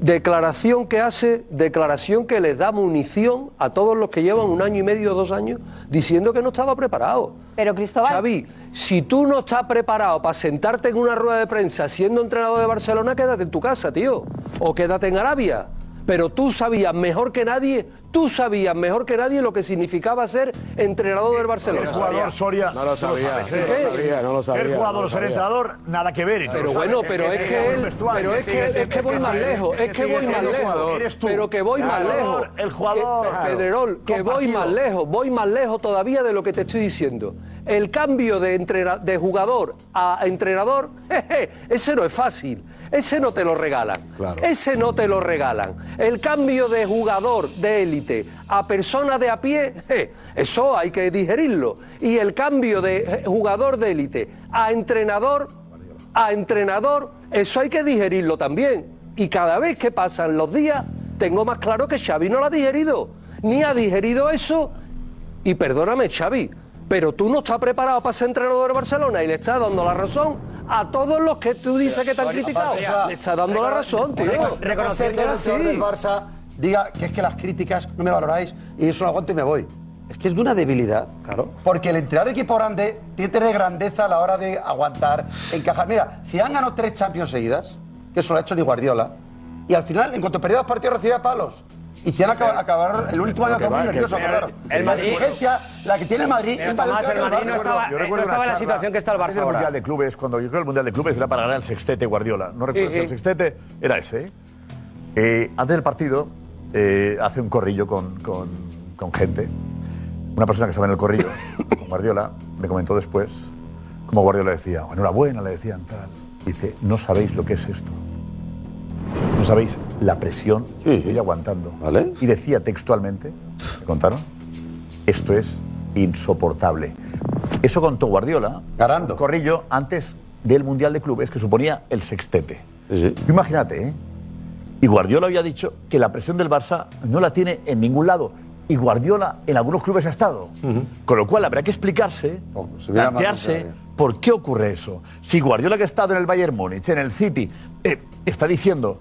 S18: Declaración que hace, declaración que les da munición a todos los que llevan un año y medio, dos años, diciendo que no estaba preparado.
S23: Pero Cristóbal.
S18: Xavi, si tú no estás preparado para sentarte en una rueda de prensa siendo entrenador de Barcelona, quédate en tu casa, tío. O quédate en Arabia. Pero tú sabías mejor que nadie, tú sabías mejor que nadie lo que significaba ser entrenador del Barcelona.
S5: El jugador Soria. No lo
S18: sabía,
S5: sabes, ¿eh?
S18: no lo sabía, no lo sabía,
S5: El
S18: no
S5: jugador,
S18: lo
S5: ser
S18: sabía.
S5: entrenador, nada que ver. y tú
S18: Pero
S5: lo sabes.
S18: bueno, pero es que él- pero es que- es que voy más lejos, es que voy más lejos,
S5: Eres tú.
S18: pero que voy más
S5: El
S18: lejos.
S5: jugador, El jugador.
S18: Pe- Pedrerol, que voy más lejos, voy más lejos todavía de lo que te estoy diciendo. El cambio de, entrena- de jugador a entrenador, *laughs* jeje, ese no es fácil, ese no te lo regalan, ese no te lo regalan. El cambio de jugador de élite a persona de a pie, *laughs* je, eso hay que digerirlo. Y el cambio de eh, jugador de élite a entrenador, a entrenador, eso hay que digerirlo también. Y cada vez que pasan los días, tengo más claro que Xavi no lo ha digerido. Ni ha digerido eso. Y perdóname, Xavi, pero tú no estás preparado para ser entrenador de Barcelona y le estás dando la razón a todos los que tú dices que te han criticado. le estás dando la razón, tío.
S10: Reconocer que el entrenador del Barça diga que es que las críticas no me valoráis y eso lo aguanto y me voy. Es que es de una debilidad. Claro. Porque el entrenador de equipo grande tiene que tener grandeza a la hora de aguantar, encajar. Mira, Zidane ganó tres Champions seguidas, que eso lo ha hecho ni Guardiola. Y al final, en cuanto perdió dos partidos, recibía palos. Y quiere acabar, acabar- el último año
S7: Que
S10: acabó
S7: va,
S10: muy
S7: que
S10: nervioso.
S7: el-
S10: acordaros.
S7: el
S10: la
S7: Madrid-
S10: exigencia, la que tiene el Madrid,
S7: Pero,
S10: el Madrid-
S7: Tomás, el Madrid no
S18: eh,
S7: estaba-
S5: Yo recuerdo
S7: no estaba
S5: una
S7: en la
S5: charla
S7: situación que está el Barça
S5: antes del
S7: ahora.
S5: Mundial de Clubes, cuando yo creo que el Mundial de Clubes era para ganar el sextete Guardiola. No recuerdo
S7: Sí,
S5: si
S7: sí.
S5: el sextete era ese. ¿eh? Eh, antes del partido eh, hace un corrillo con, con- con gente. Una persona que estaba en
S7: *coughs*
S5: el corrillo con Guardiola me comentó después como Guardiola decía, "Oh, enhorabuena, le decían tal. Dice, no sabéis lo que es esto. No sabéis la presión que estoy aguantando. Y decía textualmente, me contaron, esto es insoportable. Eso contó Guardiola, Garando. Corrillo, antes del Mundial de Clubes, que suponía el sextete. Tú Imagínate, ¿eh? Y Guardiola había dicho que la presión del Barça no la tiene en ningún lado. Y Guardiola en algunos clubes ha estado. Con lo cual habrá que explicarse,
S10: hubiera
S5: plantearse
S10: mandado
S5: por qué ocurre eso. Si Guardiola que ha estado en el Bayern Múnich, en el City, eh, está diciendo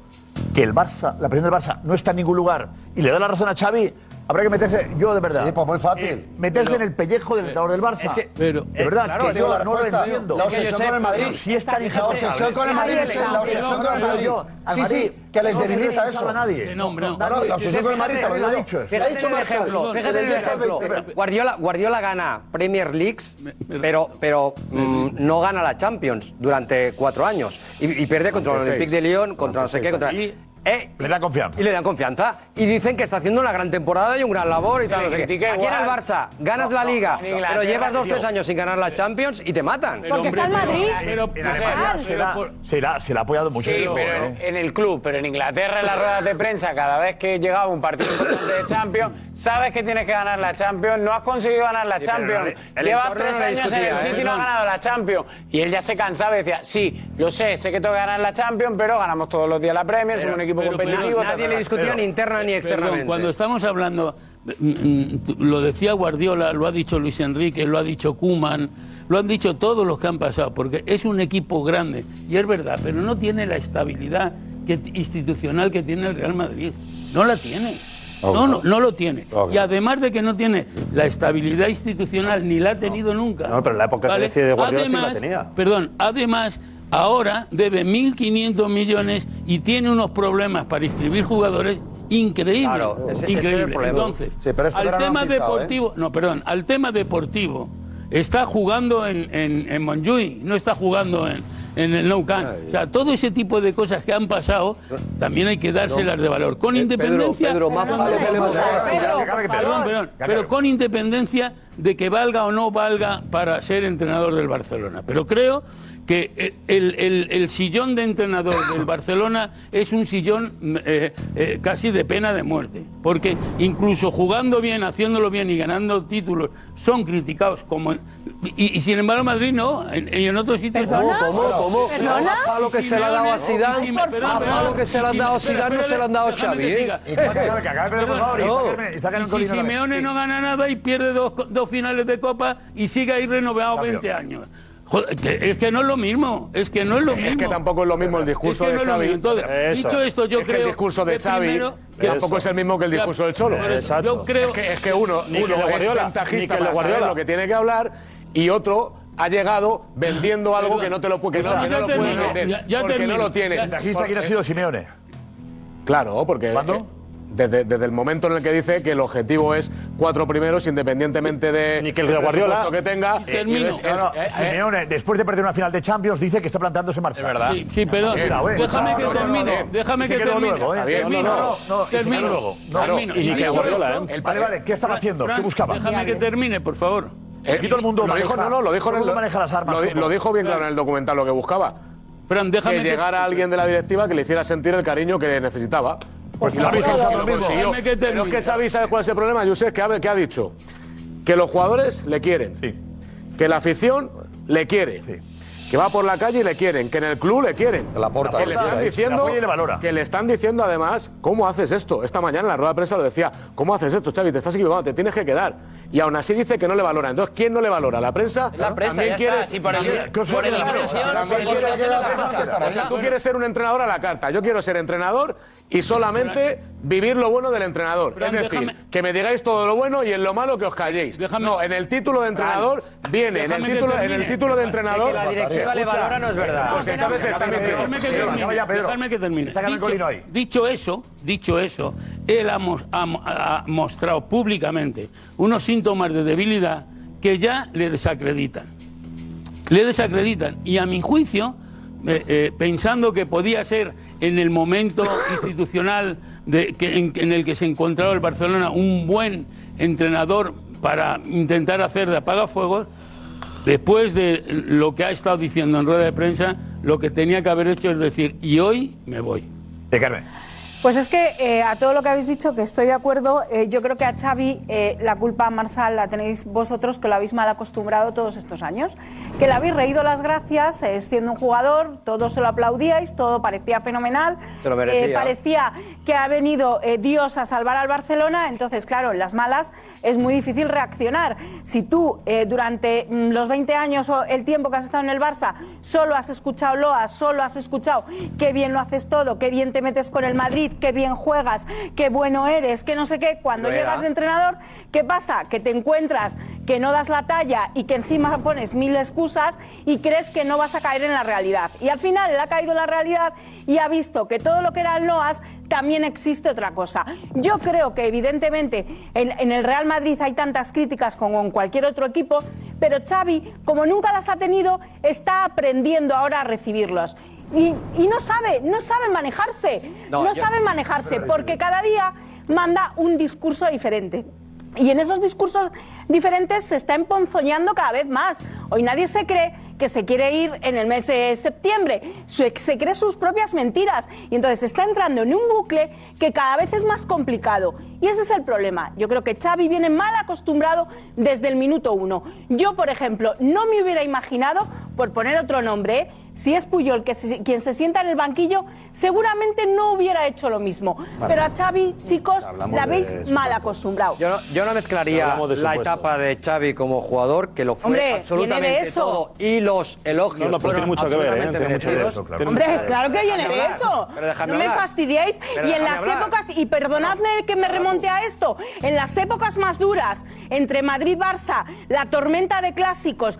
S5: que el Barça, la presión del Barça no está en ningún lugar y le da la razón a Xavi, habrá que meterse, yo de verdad. pues muy fácil. meterse en el pellejo del entrenador del Barça.
S7: es que-
S5: pero, de
S7: eh,
S5: verdad,
S7: claro,
S5: que
S7: digo,
S5: yo
S7: la
S5: no lo
S7: respuesta,
S5: entiendo.
S10: La obsesión con el Madrid.
S5: Si es tan
S10: La obsesión con el Madrid. sí, La obsesión con el Madrid. Sí, sí, que les debilita eso.
S5: a nadie.
S10: No, no, la obsesión con el Madrid, te lo digo yo. Te lo ha
S21: Fíjate
S10: dicho
S21: en el
S10: Marcel.
S21: ejemplo,
S10: Perdón,
S21: fíjate en el
S10: del 10 al
S21: ejemplo.
S10: 20.
S21: Guardiola, Guardiola gana Premier Leagues, pero, pero mm, no gana la Champions durante cuatro años. Y, y pierde contra el
S5: Durante
S21: Olympique de
S5: seis.
S21: Lyon, contra no sé qué, contra...
S5: Y
S21: Eh,
S5: le da confianza.
S21: y le dan confianza. Y dicen que está haciendo una gran temporada y un gran labor y
S5: Se
S21: tal.
S5: les
S21: no sé qué.
S5: critica
S21: Aquí en el
S5: igual.
S21: Barça ganas
S5: No,
S21: la
S5: no,
S21: Liga,
S5: en
S21: pero
S5: Inglaterra,
S21: llevas dos, tres
S5: tío.
S21: años sin ganar la Champions y te matan.
S19: Porque Pero, está en hombre, Madrid. pero-
S5: En Alemania se la- se la- se la ha apoyado mucho. ¿eh?
S20: Sí,
S5: ¿no?
S20: pero en, en el club, pero en Inglaterra en las ruedas de prensa, cada vez que llegaba un partido importante de Champions, sabes que tienes que ganar la Champions, no has conseguido ganar la Sí, pero Champions, el- el llevas entorno tres no lo años en discutía, el ¿eh? City y no has Perdón. ganado la Champions. Y él ya se cansaba y decía, sí, lo sé, sé que tengo que ganar la Champions, pero ganamos todos los días la Premier, somos un equipo competitivo. tal, tal, tal". eh,
S21: ni
S19: Perdón,
S20: externamente.
S19: cuando estamos hablando, mm, mm, tú- lo decía Guardiola, lo ha dicho Luis Enrique, lo ha dicho Kuman, lo han dicho todos los que han pasado, porque es un equipo grande y es verdad, pero no tiene la estabilidad que- institucional que tiene el Real Madrid. No la tiene. Oh, No, no, no lo tiene. Y además de que no tiene la estabilidad institucional, ni la ha tenido nunca.
S12: No, pero en la época que decide Guardiola sí la tenía.
S19: Perdón, además, ahora debe 1.500 millones y tiene unos problemas para inscribir jugadores increíbles.
S21: Claro, ese- ese es el
S19: increíbles.
S21: problema.
S19: Entonces,
S21: Sí, pero este
S19: al
S21: verano
S19: tema
S21: han fichado, ¿eh?
S19: deportivo, no, perdón, al tema deportivo, está jugando en, en, en Montjuïc, no está jugando en, en el Nou Camp. O sea, todo ese tipo de cosas que han pasado, también hay que dárselas de valor. Con
S21: Eh,
S19: independencia...
S18: Pedro, más
S19: Cuando-
S18: vale que le hemos-
S19: Pedro,
S18: Pedro, por
S19: Perdón,
S18: favor.
S19: perdón, pero con independencia de que valga o no valga para ser entrenador del Barcelona. Pero creo que eh, el, el- el sillón de entrenador del Barcelona es un sillón mm, eh, eh, casi de pena de muerte. Porque incluso jugando bien, haciéndolo bien y ganando títulos, son criticados como... Y, y sin embargo Madrid no, en, en otros sitios...
S18: ¿Perdona? ¿Cómo, cómo, cómo? ¿Perdona? A palo que se le ha dado a Zidane,
S19: Simeone-
S18: a palo que se le han dado a
S19: Espera,
S18: Zidane, no
S19: espera,
S18: se le han dado a
S19: déjame
S18: Xavi,
S19: que
S18: ¿eh?
S19: diga.
S18: Que acabe, que acabe, pero por favor, y
S19: No.
S18: sáquenme- y sáquenme
S19: Y
S18: el colino
S19: si
S18: otra vez.
S19: Simeone no gana nada y pierde dos, dos finales de Copa y sigue ahí renovado 20 años. Joder, que- es que no es lo mismo, es que no es lo mismo.
S11: Es que tampoco es lo mismo el discurso
S19: Es que no es
S11: de
S19: lo
S11: Xavi.
S19: mismo. Entonces,
S11: Eso.
S19: dicho esto, yo
S11: Es que
S19: creo
S11: el discurso de
S19: que
S11: Xavi
S19: primero-
S11: que tampoco es el mismo que el Ya, discurso del Cholo. por eso. Exacto. Yo creo es que, es que uno, Ni que uno el de es Guardiola, ni que ventajista el de para saber Guardiola. lo que tiene que hablar y otro ha llegado vendiendo algo que no te lo puede que
S5: Perdón,
S11: Xavi
S5: ya
S11: no lo puede
S5: termino,
S11: vender
S5: ya- ya
S11: porque
S5: termino.
S11: no lo tiene.
S5: Ya- El ventajista, ¿quién ha sido Simeone?
S11: Claro, porque ¿cuándo? Desde, desde el momento en el que dice que el objetivo es cuatro primeros, independientemente de ni que
S5: el de Guardiola.
S11: que tenga.
S5: No, no, Simeone, después de perder una final de Champions, dice que está plantándose marchar.
S11: verdad.
S19: Sí, sí, perdón.
S5: Cuidado, eh.
S19: Déjame
S5: No,
S19: que
S5: no, no,
S19: termine,
S5: no.
S19: déjame
S5: Y se
S19: que
S5: quedó
S19: termine.
S5: luego, eh.
S19: Está bien,
S5: No, no,
S19: termino.
S5: no, no, y se
S19: Termino.
S5: quedó luego. No.
S19: Termino.
S5: Claro, y ni que
S19: dicho
S5: Guardiola,
S11: ¿eh?
S19: esto,
S5: Vale, vale, ¿qué estaba haciendo? ¿Qué
S19: Fran,
S5: buscaba?
S19: Déjame que termine, por favor.
S5: Eh,
S11: Aquí todo el mundo lo dijo, no, no, lo dijo en el, Lo, di- lo dijo bien claro en el documental lo que buscaba.
S19: Fran, déjame
S11: que
S19: que-
S11: llegara alguien de la directiva que le hiciera sentir el cariño que necesitaba. Pues Xavi
S19: claro,
S11: Sánchez
S19: claro,
S11: lo consiguió.
S19: déjame que
S11: Pero es que Xavi sabe cuál es el problema, Josep, que ha, que ha dicho que los jugadores le quieren, que la afición le quiere, que va por la calle y le quieren, que en el club le quieren. La
S10: Laporta
S11: que le
S10: le quiere,
S11: están
S10: ¿eh? Le
S11: diciendo
S10: apoya y le valora.
S11: que le están diciendo además cómo haces esto. Esta mañana en la rueda de prensa lo decía, ¿cómo haces esto, Xavi? Te estás equivocando, te tienes que quedar. Y aún así dice que no le valora. Entonces, ¿quién no le valora? ¿La prensa?
S20: La prensa,
S11: ¿También
S20: ya
S11: quieres?
S20: está. Si por el-
S11: También-
S20: por el-
S11: Claro,
S20: la presión,
S11: también
S20: por el-
S11: quieres
S20: por el-
S11: que la
S20: la
S11: prensa
S20: prensa,
S11: que está.
S20: ya
S11: O sea, tú
S20: está.
S11: quieres ser un entrenador a la carta. Yo quiero ser entrenador y solamente vivir lo bueno del entrenador.
S19: Fran,
S11: es decir,
S19: déjame-
S11: que me digáis todo lo bueno y en lo malo que os calléis. no, en el título de entrenador viene, en el
S19: déjame que
S11: título, en el
S19: termine.
S11: título de entrenador.
S19: Que la directiva le
S11: Escucha,
S19: valora no es verdad.
S11: Pues entonces está
S19: Déjame que
S11: mintiendo.
S19: termine, déjame que termine.
S11: Está
S19: Dicho,
S11: ganando Colino ahí.
S19: dicho eso, dicho eso, él ha, mos- ha mo- ha mostrado públicamente unos síntomas de debilidad que ya le desacreditan. Le desacreditan. Y a mi juicio, eh, eh, pensando que podía ser en el momento
S11: *coughs*
S19: institucional de- que- en, en el que se encontraba el Barcelona un buen entrenador para intentar hacer de apagafuegos, después de lo que ha estado diciendo en rueda de prensa, lo que tenía que haber hecho es decir, y hoy me voy.
S23: Pues es que eh, a todo lo que habéis dicho, que estoy de acuerdo, eh, yo creo que a Xavi eh, la culpa Marsal la tenéis vosotros, que lo habéis mal acostumbrado todos estos años, que le habéis reído las gracias, eh, siendo un jugador, todos se lo aplaudíais, todo parecía fenomenal, eh,
S21: Se lo merecía.
S23: parecía que ha venido eh, Dios a salvar al Barcelona, entonces claro, en las malas es muy difícil reaccionar. Si tú eh, durante mm, los 20 años o el tiempo que has estado en el Barça solo has escuchado loas, solo has escuchado qué bien lo haces todo, qué bien te metes con el Madrid, qué bien juegas, qué bueno eres, que no sé qué, cuando
S7: Lo era.
S23: llegas de entrenador, ¿qué pasa? Que te encuentras que no das la talla y que encima pones mil excusas y crees que no vas a caer en la realidad. Y al final él ha caído en la realidad y ha visto que todo lo que eran loas también existe otra cosa. Yo creo que evidentemente en, en el Real Madrid hay tantas críticas como en cualquier otro equipo, pero Xavi, como nunca las ha tenido, está aprendiendo ahora a recibirlos. Y, y no sabe, no sabe manejarse,
S7: No,
S23: no,
S7: yo-
S23: sabe manejarse, porque cada día manda un discurso diferente. Y en esos discursos diferentes se está emponzoñando cada vez más. Hoy nadie se cree que se quiere ir en el mes de septiembre, se se cree sus propias mentiras. Y entonces está entrando en un bucle que cada vez es más complicado. Y ese es el problema. Yo creo que Xavi viene mal acostumbrado desde el minuto uno. Yo, por ejemplo, no me hubiera imaginado, por poner otro nombre, ¿eh? si es Puyol que se- quien se sienta en el banquillo, seguramente no hubiera hecho lo mismo. Pero a Xavi, chicos,
S21: Pues Hablamos
S23: la
S21: de
S23: habéis
S21: eso.
S23: mal acostumbrado.
S21: Yo no, yo no mezclaría Hablamos de la supuesto. etapa de Xavi como jugador, que lo fue
S23: Hombre, viene de
S21: absolutamente
S23: eso.
S21: todo, y los elogios No, no, pero fueron tiene mucho que ver, ¿eh? absolutamente Tiene mucho que ver merecidos. eso, Tiene
S23: Hombre,
S21: mucho que ver.
S23: claro que viene de
S21: Déjame
S23: eso.
S21: hablar, pero déjame
S23: no me
S21: hablar.
S23: fastidiéis.
S21: Pero
S23: y en
S21: déjame
S23: las
S21: hablar.
S23: épocas, y perdonadme que me remonte a esto, en las épocas más duras, entre Madrid-Barça, la tormenta de clásicos,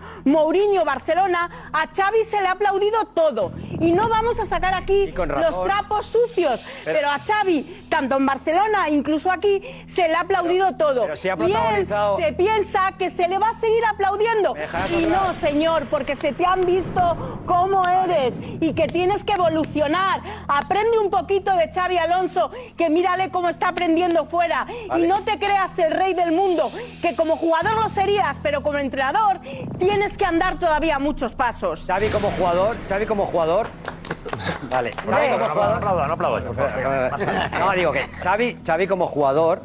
S23: Mourinho-Barcelona, a Xavi se le ha aplaudido todo. Y no vamos a sacar aquí
S21: con razón.
S23: los trapos sucios, pero, a Xavi, tanto en Barcelona, incluso aquí, se le ha aplaudido todo.
S21: pero si ha
S23: Y
S21: protagonizado-
S23: él se piensa que se le va a seguir aplaudiendo.
S21: dejas
S23: Y
S21: hablar.
S23: no, señor, porque se te han visto cómo eres y que tienes que evolucionar. Aprende un poquito de Xavi Alonso, que mírale cómo está aprendiendo fuera. Y no te creas el rey del mundo, que como jugador lo serías, pero como entrenador tienes que andar todavía muchos pasos.
S21: Xavi como jugador, Xavi como jugador. *laughs* Vale, Xavi como jugador. No aplaudas, no No, digo que Xavi, Xavi como jugador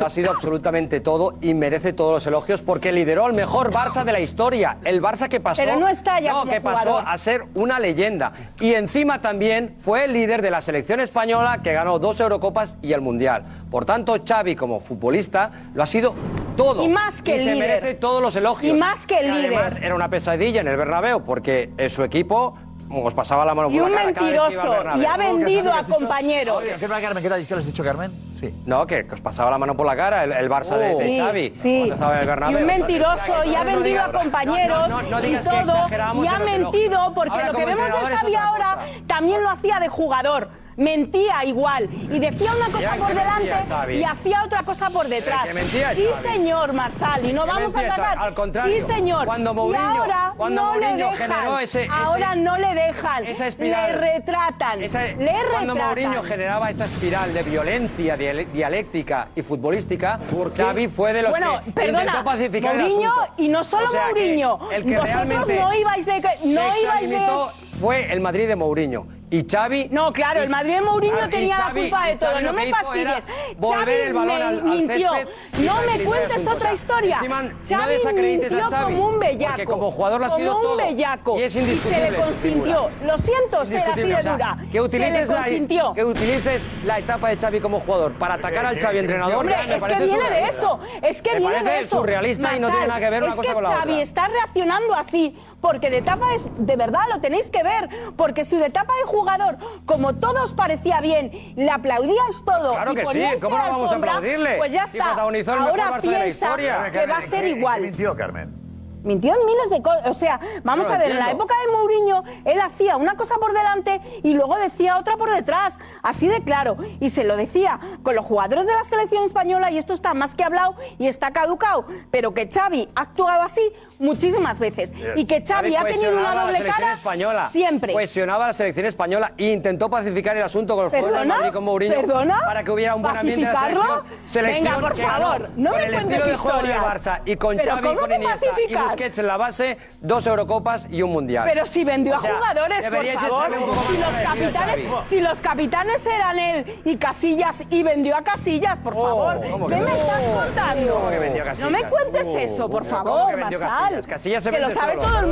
S21: lo ha sido absolutamente todo y merece todos los elogios porque lideró al mejor Barça de la historia. El Barça que pasó.
S23: Pero no está ya
S21: No,
S23: como
S21: que pasó
S23: jugador.
S21: a ser una leyenda. Y encima también fue el líder de la selección española que ganó dos Eurocopas y el Mundial. Por tanto, Xavi como futbolista lo ha sido todo.
S23: Y más que el
S21: se
S23: líder.
S21: merece todos los elogios.
S23: Y más que el
S21: Y además,
S23: líder.
S21: era una pesadilla en el Bernabéu porque eh, su equipo os pasaba la mano por
S23: Y
S21: la
S23: un
S21: cara cada vez que iba al
S23: mentiroso,
S21: Bernabéu.
S23: y ha vendido a compañeros.
S21: Carmen, ¿qué, has dicho, Carmen? Sí. No, que, que os pasaba la mano por la cara el, el Barça de, de
S23: Sí,
S21: Xavi
S23: sí.
S21: cuando estaba en el
S23: Y
S21: Bernabéu.
S23: un
S21: O sea,
S23: mentiroso,
S21: que
S23: y ha
S21: no
S23: vendido
S21: digas-
S23: a compañeros
S21: no, no, no
S23: y
S21: digas que
S23: todo,
S21: exageramos
S23: y ha
S21: en los
S23: mentido,
S21: elogios.
S23: porque
S21: Ahora,
S23: lo que
S21: como
S23: vemos
S21: entrenador
S23: de
S21: es
S23: Xavi
S21: otra
S23: ahora también lo hacía de jugador. Mentía igual y decía una cosa
S21: ¿Y
S23: por
S21: qué mentía,
S23: delante
S21: Xavi?
S23: y hacía otra cosa por detrás.
S21: ¿Qué mentía,
S23: sí,
S21: Xavi?
S23: señor Marsal, y no
S21: ¿Qué
S23: vamos
S21: mentía,
S23: a atacar.
S21: Xavi? Al contrario,
S23: Sí, señor.
S21: cuando
S23: y
S21: Mourinho-
S23: ahora
S21: cuando
S23: no le
S21: Mourinho
S23: dejan.
S21: generó ese- ese-
S23: ahora no le dejan.
S21: esa espiral.
S23: le retratan. le retratan.
S21: Cuando Mourinho generaba esa espiral de violencia diale- dialéctica y futbolística, Xavi fue de los
S23: bueno,
S21: que
S23: perdona,
S21: intentó pacificar el
S23: Mourinho
S21: asunto.
S23: y no solo
S21: O sea, que
S23: Mourinho.
S21: el que
S23: vosotros
S21: realmente
S23: no ibais de no
S21: se
S23: ibais de
S21: extralimitó fue el Madrid de Mourinho y Xavi
S23: No, claro, el Madrid de Mourinho
S21: Claro, y
S23: tenía
S21: Xavi-
S23: la culpa de
S21: y
S23: todo.
S21: Xavi
S23: No
S21: lo que
S23: me
S21: hizo era
S23: fastidies.
S21: volver
S23: Xavi
S21: el balón
S23: me
S21: al- al
S23: mintió.
S21: césped y
S23: no me
S21: tranquilizar
S23: cueentes
S21: asuntos.
S23: otra
S21: O sea,
S23: historia.
S21: encima, no
S23: Xavi
S21: desacredites a
S23: mintió
S21: Xavi,
S23: como un
S21: porque
S23: bellaco.
S21: como jugador lo ha
S23: como
S21: sido
S23: un
S21: todo.
S23: bellaco.
S21: Y es
S23: se
S21: indiscutible
S23: le
S21: esa
S23: consintió.
S21: figura.
S23: Lo siento ser así
S21: Indiscutible,
S23: de
S21: o sea,
S23: dura.
S21: que utilices
S23: se le
S21: la-
S23: consintió.
S21: que utilices la etapa de Xavi como jugador para atacar al Xavi entrenador.
S23: Hombre,
S21: ya me
S23: es que
S21: parece
S23: viene de
S21: surrealista.
S23: eso. Es que
S21: Me
S23: viene de
S21: parece
S23: eso.
S21: surrealista y no tiene
S23: Marsal,
S21: nada que ver una
S23: es
S21: cosa con la
S23: Xavi
S21: otra.
S23: está reaccionando así, porque de etapa es, de verdad lo tenéis que ver, porque su etapa de jugador, como todo os parecía bien, le aplaudíais todo.
S21: Claro
S23: y
S21: que sí,
S23: poníais
S21: ¿cómo no
S23: la
S21: vamos a
S23: alfombra,
S21: aplaudirle?
S23: Pues ya
S21: Si
S23: está.
S21: protagonizó el mejor
S23: Ahora
S21: Barça de la
S23: piensa
S21: historia.
S23: que va a ser igual.
S5: mintió, Carmen?
S23: Mintió en miles de cosas. O sea, vamos
S5: No lo
S23: a ver, en la
S5: entiendo.
S23: época de Mourinho, él hacía una cosa por delante y luego decía otra por detrás. así de claro. Y se lo decía con los jugadores de la selección española y esto está más que hablado y está caducado. Pero que Xavi ha actuado así muchísimas veces. Y que Xavi ha tenido
S21: Cuestionaba
S23: una
S21: a la
S23: doble
S21: selección
S23: cara
S21: española.
S23: siempre.
S21: Cuestionaba a la selección española e intentó pacificar el asunto con los jugadores de
S23: ¿Perdona?
S21: Madrid con Mourinho
S23: ¿Perdona?
S21: para que hubiera un buen ambiente en la
S23: ¿Pacificarlo?
S21: selección. selección
S23: Venga, por
S21: que ganó
S23: favor, no
S21: con
S23: me
S21: el
S23: cuentes
S21: estilo de juego del
S23: historias.
S21: Barça y con
S23: ¿Pero
S21: Xavi,
S23: cómo
S21: con
S23: que
S21: Iniesta y
S23: pacificar?
S21: Busquets en la base, dos Eurocopas y un Mundial.
S23: Pero si vendió
S21: O sea,
S23: a jugadores, por
S21: deberíais
S23: favor.
S21: estar un poco
S23: Si
S21: más
S23: los,
S21: agradecidos,
S23: capitanes,
S21: Xavi.
S23: si los capitanes eran él y Casillas y vendió a Casillas, por favor.
S21: Oh, ¿cómo
S23: ¿Qué
S21: que
S23: me
S21: vendió?
S23: estás
S21: ¿Cómo
S23: contando?
S21: que vendió a Casillas? Uh,
S23: No me cuentes eso, por favor,
S21: vendió
S23: Basal.
S21: Casillas? Casillas se
S23: que lo
S21: vende
S23: sabe
S21: solo. Oh,
S23: todo el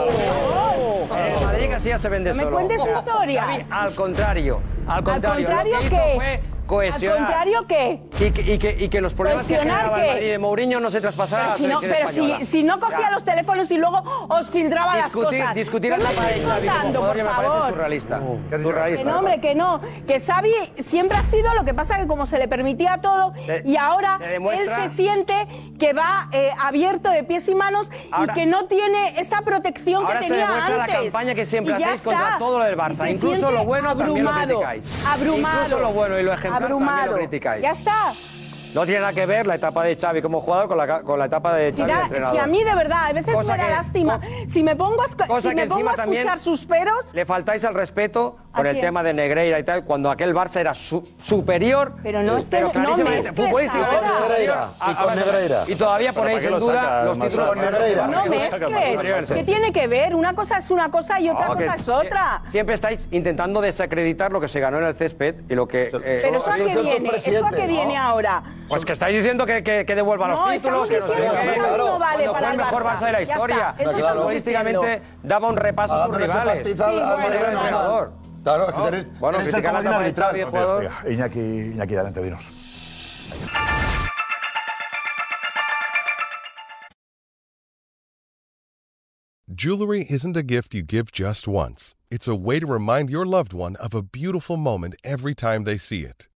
S23: mundo.
S21: El oh, Madrid Casillas se vende
S23: No me
S21: solo.
S23: cuentes
S21: O sea,
S23: historias.
S21: Xavi, al contrario. Al
S23: Al
S21: contrario.
S23: contrario,
S21: lo que hizo
S23: ¿qué?
S21: fue cohesionar.
S23: Al contrario, ¿qué?
S21: Y que, y que, y que los problemas que
S23: Cuestionar
S21: generaba
S23: qué.
S21: el Madrid de Mourinho no se traspasaran a la
S23: Pero si no,
S21: selección
S23: pero
S21: española.
S23: si, si no cogía los teléfonos y luego os filtraba
S21: discutir,
S23: las cosas.
S21: discutir
S23: ¿Qué
S21: la
S23: me
S21: etapa de
S23: estáis
S21: Xavi como
S23: contando,
S21: jugador
S23: por
S21: que me parece
S23: favor?
S21: surrealista.
S23: Que
S21: surrealista.
S23: no, hombre, que no. Que Xavi siempre ha sido lo que pasa que como se le permitía todo
S21: Se-
S23: y ahora
S21: se
S23: él
S21: demuestra-
S23: se siente que va eh, abierto de pies y manos
S21: Ahora-
S23: y que no tiene esa protección
S21: Ahora
S23: que
S21: se
S23: tenía
S21: demuestra la
S23: antes.
S21: campaña que siempre
S23: Y ya
S21: hacéis contra
S23: está.
S21: todo lo del
S23: Y
S21: Barça.
S23: se
S21: Incluso
S23: siente
S21: lo bueno también lo
S23: abrumado,
S21: criticáis.
S23: Abrumado.
S21: Incluso lo bueno y lo ejemplar también lo
S23: abrumado.
S21: criticáis.
S23: Ya está.
S21: No tiene nada que ver la etapa de Xavi como jugador con la, ca- con la etapa de
S23: Si,
S21: Xavi
S23: da-
S21: de entrenador.
S23: si a mí de verdad, a veces
S21: Cosa
S23: me da
S21: que-
S23: lástima. si me pongo a, esca-
S21: cosa
S23: si
S21: que
S23: me pongo
S21: encima
S23: a
S21: también-
S23: escuchar sus peros,
S21: Le faltáis al respeto por
S23: ¿A
S21: el
S23: quién?
S21: tema de Negreira y tal, cuando aquel Barça era su- superior. eh,
S23: Pero no estés- no
S21: clarísimamente,
S23: mezcles
S21: futbolísticamente
S23: ahora.
S21: superior
S23: Negreira,
S21: a-
S23: y
S21: a
S23: con
S21: Barça.
S23: Negreira.
S21: Y todavía
S23: Pero
S21: ponéis
S23: ¿para qué
S21: en
S23: lo
S21: duda
S23: saca
S21: los
S23: Marcelo?
S21: títulos.
S23: Con
S21: Negreira.
S23: No mezcles. pues, ¿Qué tiene que ver? Una cosa es una cosa y otra
S21: No, que
S23: cosa es otra.
S21: Siempre estáis intentando desacreditar lo que se ganó en el césped y lo que... eh,
S23: Pero eso a qué viene, eso a qué viene ahora.
S21: Pues que estáis diciendo que, que, que devuelva
S23: No,
S21: los títulos,
S23: estamos
S21: que no sé qué.
S23: diciendo que Xavi no
S21: Cuando
S23: vale
S21: fue
S23: para
S21: el
S23: el
S21: mejor
S23: Barça.
S21: Barça de la
S23: Ya
S21: historia.
S23: está, eso
S21: Que
S23: estamos
S21: Futbolísticamente
S23: diciendo. Ah,
S21: daba un repaso a sus
S5: Dándole Ah, ese
S21: rivales.
S5: pastizal
S21: Sí,
S5: al
S21: bueno,
S5: Madrid.
S21: el entrenador.
S5: Claro, es
S21: No.
S5: que tenéis,
S21: Bueno,
S5: tenéis
S21: criticar la
S5: comodín
S21: etapa
S5: arbitral.
S21: de Xavi,
S5: No,
S21: jugador.
S5: tío, venga, Iñaki, Iñaki, adelante, dinos.
S7: Jewelry isn't a gift you give just once. It's a way to remind your loved one of a beautiful moment every time they see it.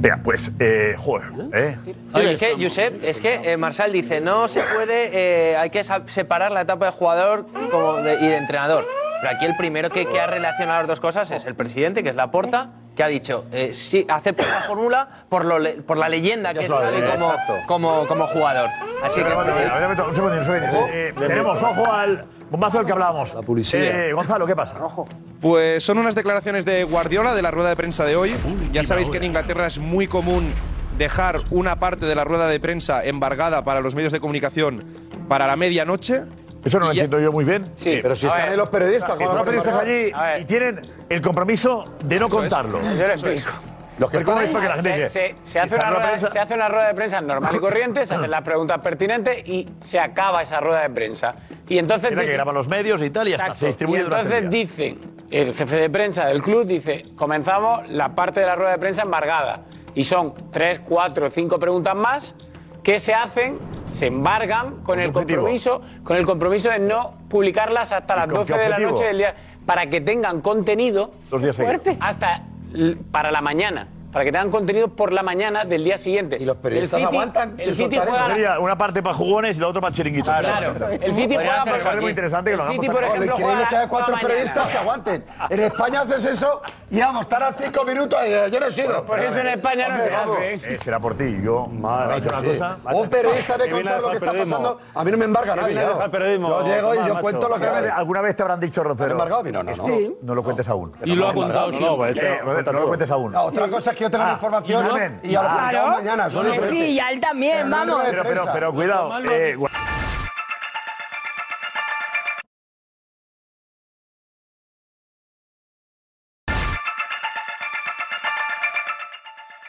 S5: Vea, pues, eh, joder, ¿eh?
S6: Oye, es que, Josep, es que eh, Marsal dice, no se puede, eh, hay que sa- separar la etapa de jugador como de- y de entrenador. Pero aquí el primero que, que ha relacionado las dos cosas es el presidente, que es Laporta, que ha dicho, eh, sí, acepto la fórmula por, lo le- por la leyenda que es Xavi como, como, como jugador. Así que...
S5: Pero, bueno, a ver, a ver, un segundín, un segundín.
S6: Ojo.
S5: Eh, tenemos ojo al bombazo del que hablábamos. La
S26: publicidad.
S5: Eh, Gonzalo, ¿qué pasa? Rojo.
S26: Pues son unas declaraciones de Guardiola de la rueda de prensa de hoy. Ya sabéis que en Inglaterra es muy común dejar una parte de la rueda de prensa em- embargada para los medios de comunicación para la medianoche.
S5: Eso no lo entiendo yo muy bien. Sí,
S26: pero si están ahí los periodistas, ¿cómo
S5: Están los
S26: lo
S5: periodistas
S26: van a
S5: allí y tienen el compromiso de no
S26: Eso es.
S5: contarlo.
S26: Yo
S5: lo
S26: lo explico.
S5: Los que
S26: Pero ¿cómo
S5: están
S26: es
S5: ahí para que la gente
S26: que-
S5: dice,
S26: se-
S5: "Y
S26: se
S5: está en la
S26: rueda-
S5: prensa".
S26: se hace
S20: una rueda de prensa normal y corriente, se hacen las preguntas pertinentes y se acaba esa rueda de prensa. Y entonces.
S5: Era que graban los medios y tal, y ya está,
S26: Exacto.
S5: se distribuye
S26: Y
S5: durante
S26: entonces
S5: el día.
S26: dicen.
S20: El jefe de prensa del club dice, comenzamos la parte de la rueda de prensa embargada. Y son tres, cuatro, cinco preguntas más que se hacen, se embargan con el compromiso, con el compromiso de no publicarlas hasta las
S5: con qué
S20: 12 de la
S5: objetivo?
S20: noche del día, para que tengan contenido
S5: Dos días seguidos.
S20: hasta l- para la mañana. Para que tengan contenido por la mañana del día siguiente. Y los
S5: Periodistas aguantan
S20: El
S5: sin
S20: City
S5: soltar eso.
S20: juega
S5: Sería una parte para jugones y la otra para chiringuitos.
S20: Claro, el City
S5: Podrían
S20: juega
S5: hacer
S20: por
S5: algo
S20: aquí.
S5: muy interesante que lo
S20: El
S5: hagamos
S20: City,
S5: también.
S20: por
S5: Joder,
S20: ejemplo,
S5: increíble
S20: juega
S5: que haya
S20: por
S5: cuatro
S20: la mañana.
S5: periodistas
S26: que aguanten. En España haces eso y vamos, estarás cinco minutos
S5: eh,
S26: y yo no he sido.
S5: Por Pues, eso en
S26: España
S5: Hombre, vamos, eh, será por ti, yo. Madre,
S26: Eso
S5: una
S26: sí.
S5: cosa.
S26: Un periodista de contar lo que está pasando. A mí no me embarga nadie. yo. Yo llego y yo cuento lo que
S5: ¿Alguna vez-
S26: me
S5: ¿Alguna vez te habrán dicho, Rocero?
S26: embargado a mí? No, no, no. Sí.
S5: No lo cuentes aún.
S26: Y lo ha contado
S5: No,
S26: siempre.
S5: pues,
S26: Eh,
S5: eh,
S26: cuenta
S5: No lo
S26: todo.
S5: cuentes aún.
S26: No, otra cosa es que yo tenga la información y a lo
S5: ah,
S26: publicamos mañana, eso es
S23: Que
S26: diferente.
S23: sí, y a él también,
S26: Pero no es
S23: vamos.
S26: rueda de
S5: Pero, pero, pero cuidado. eh, gua-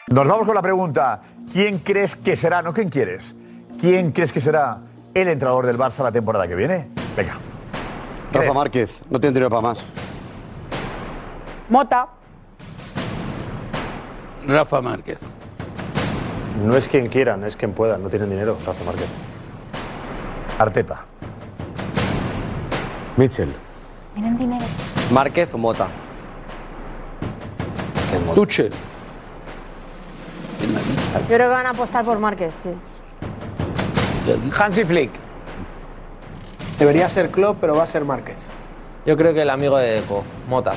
S5: Nos vamos con la pregunta. ¿Quién crees que será? No, ¿quién quieres? ¿Quién crees que será el entrenador del Barça la temporada que viene? Venga. Eh.
S10: Rafa Márquez, no tiene dinero para más.
S23: Mota.
S27: Rafa Márquez.
S12: No es quien quieran, es quien puedan. No tienen dinero, Rafa Márquez.
S28: Arteta.
S5: Mitchell.
S23: Tienen dinero.
S20: Márquez o Mota.
S21: Tuchel.
S23: Yo creo que van a apostar por Márquez, sí.
S29: Hansi Flick.
S1: Debería ser Klopp, pero va a ser Márquez.
S6: Yo creo que el amigo de Deco, Mota.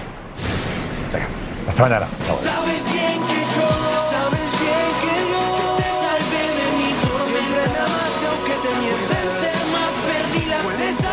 S28: Hasta mañana.
S30: Sabes bien que yo, sabes bien que no. Yo te salvé de mi tormenta. Siempre me amaste aunque te mientas. Ser más perdida. Puedes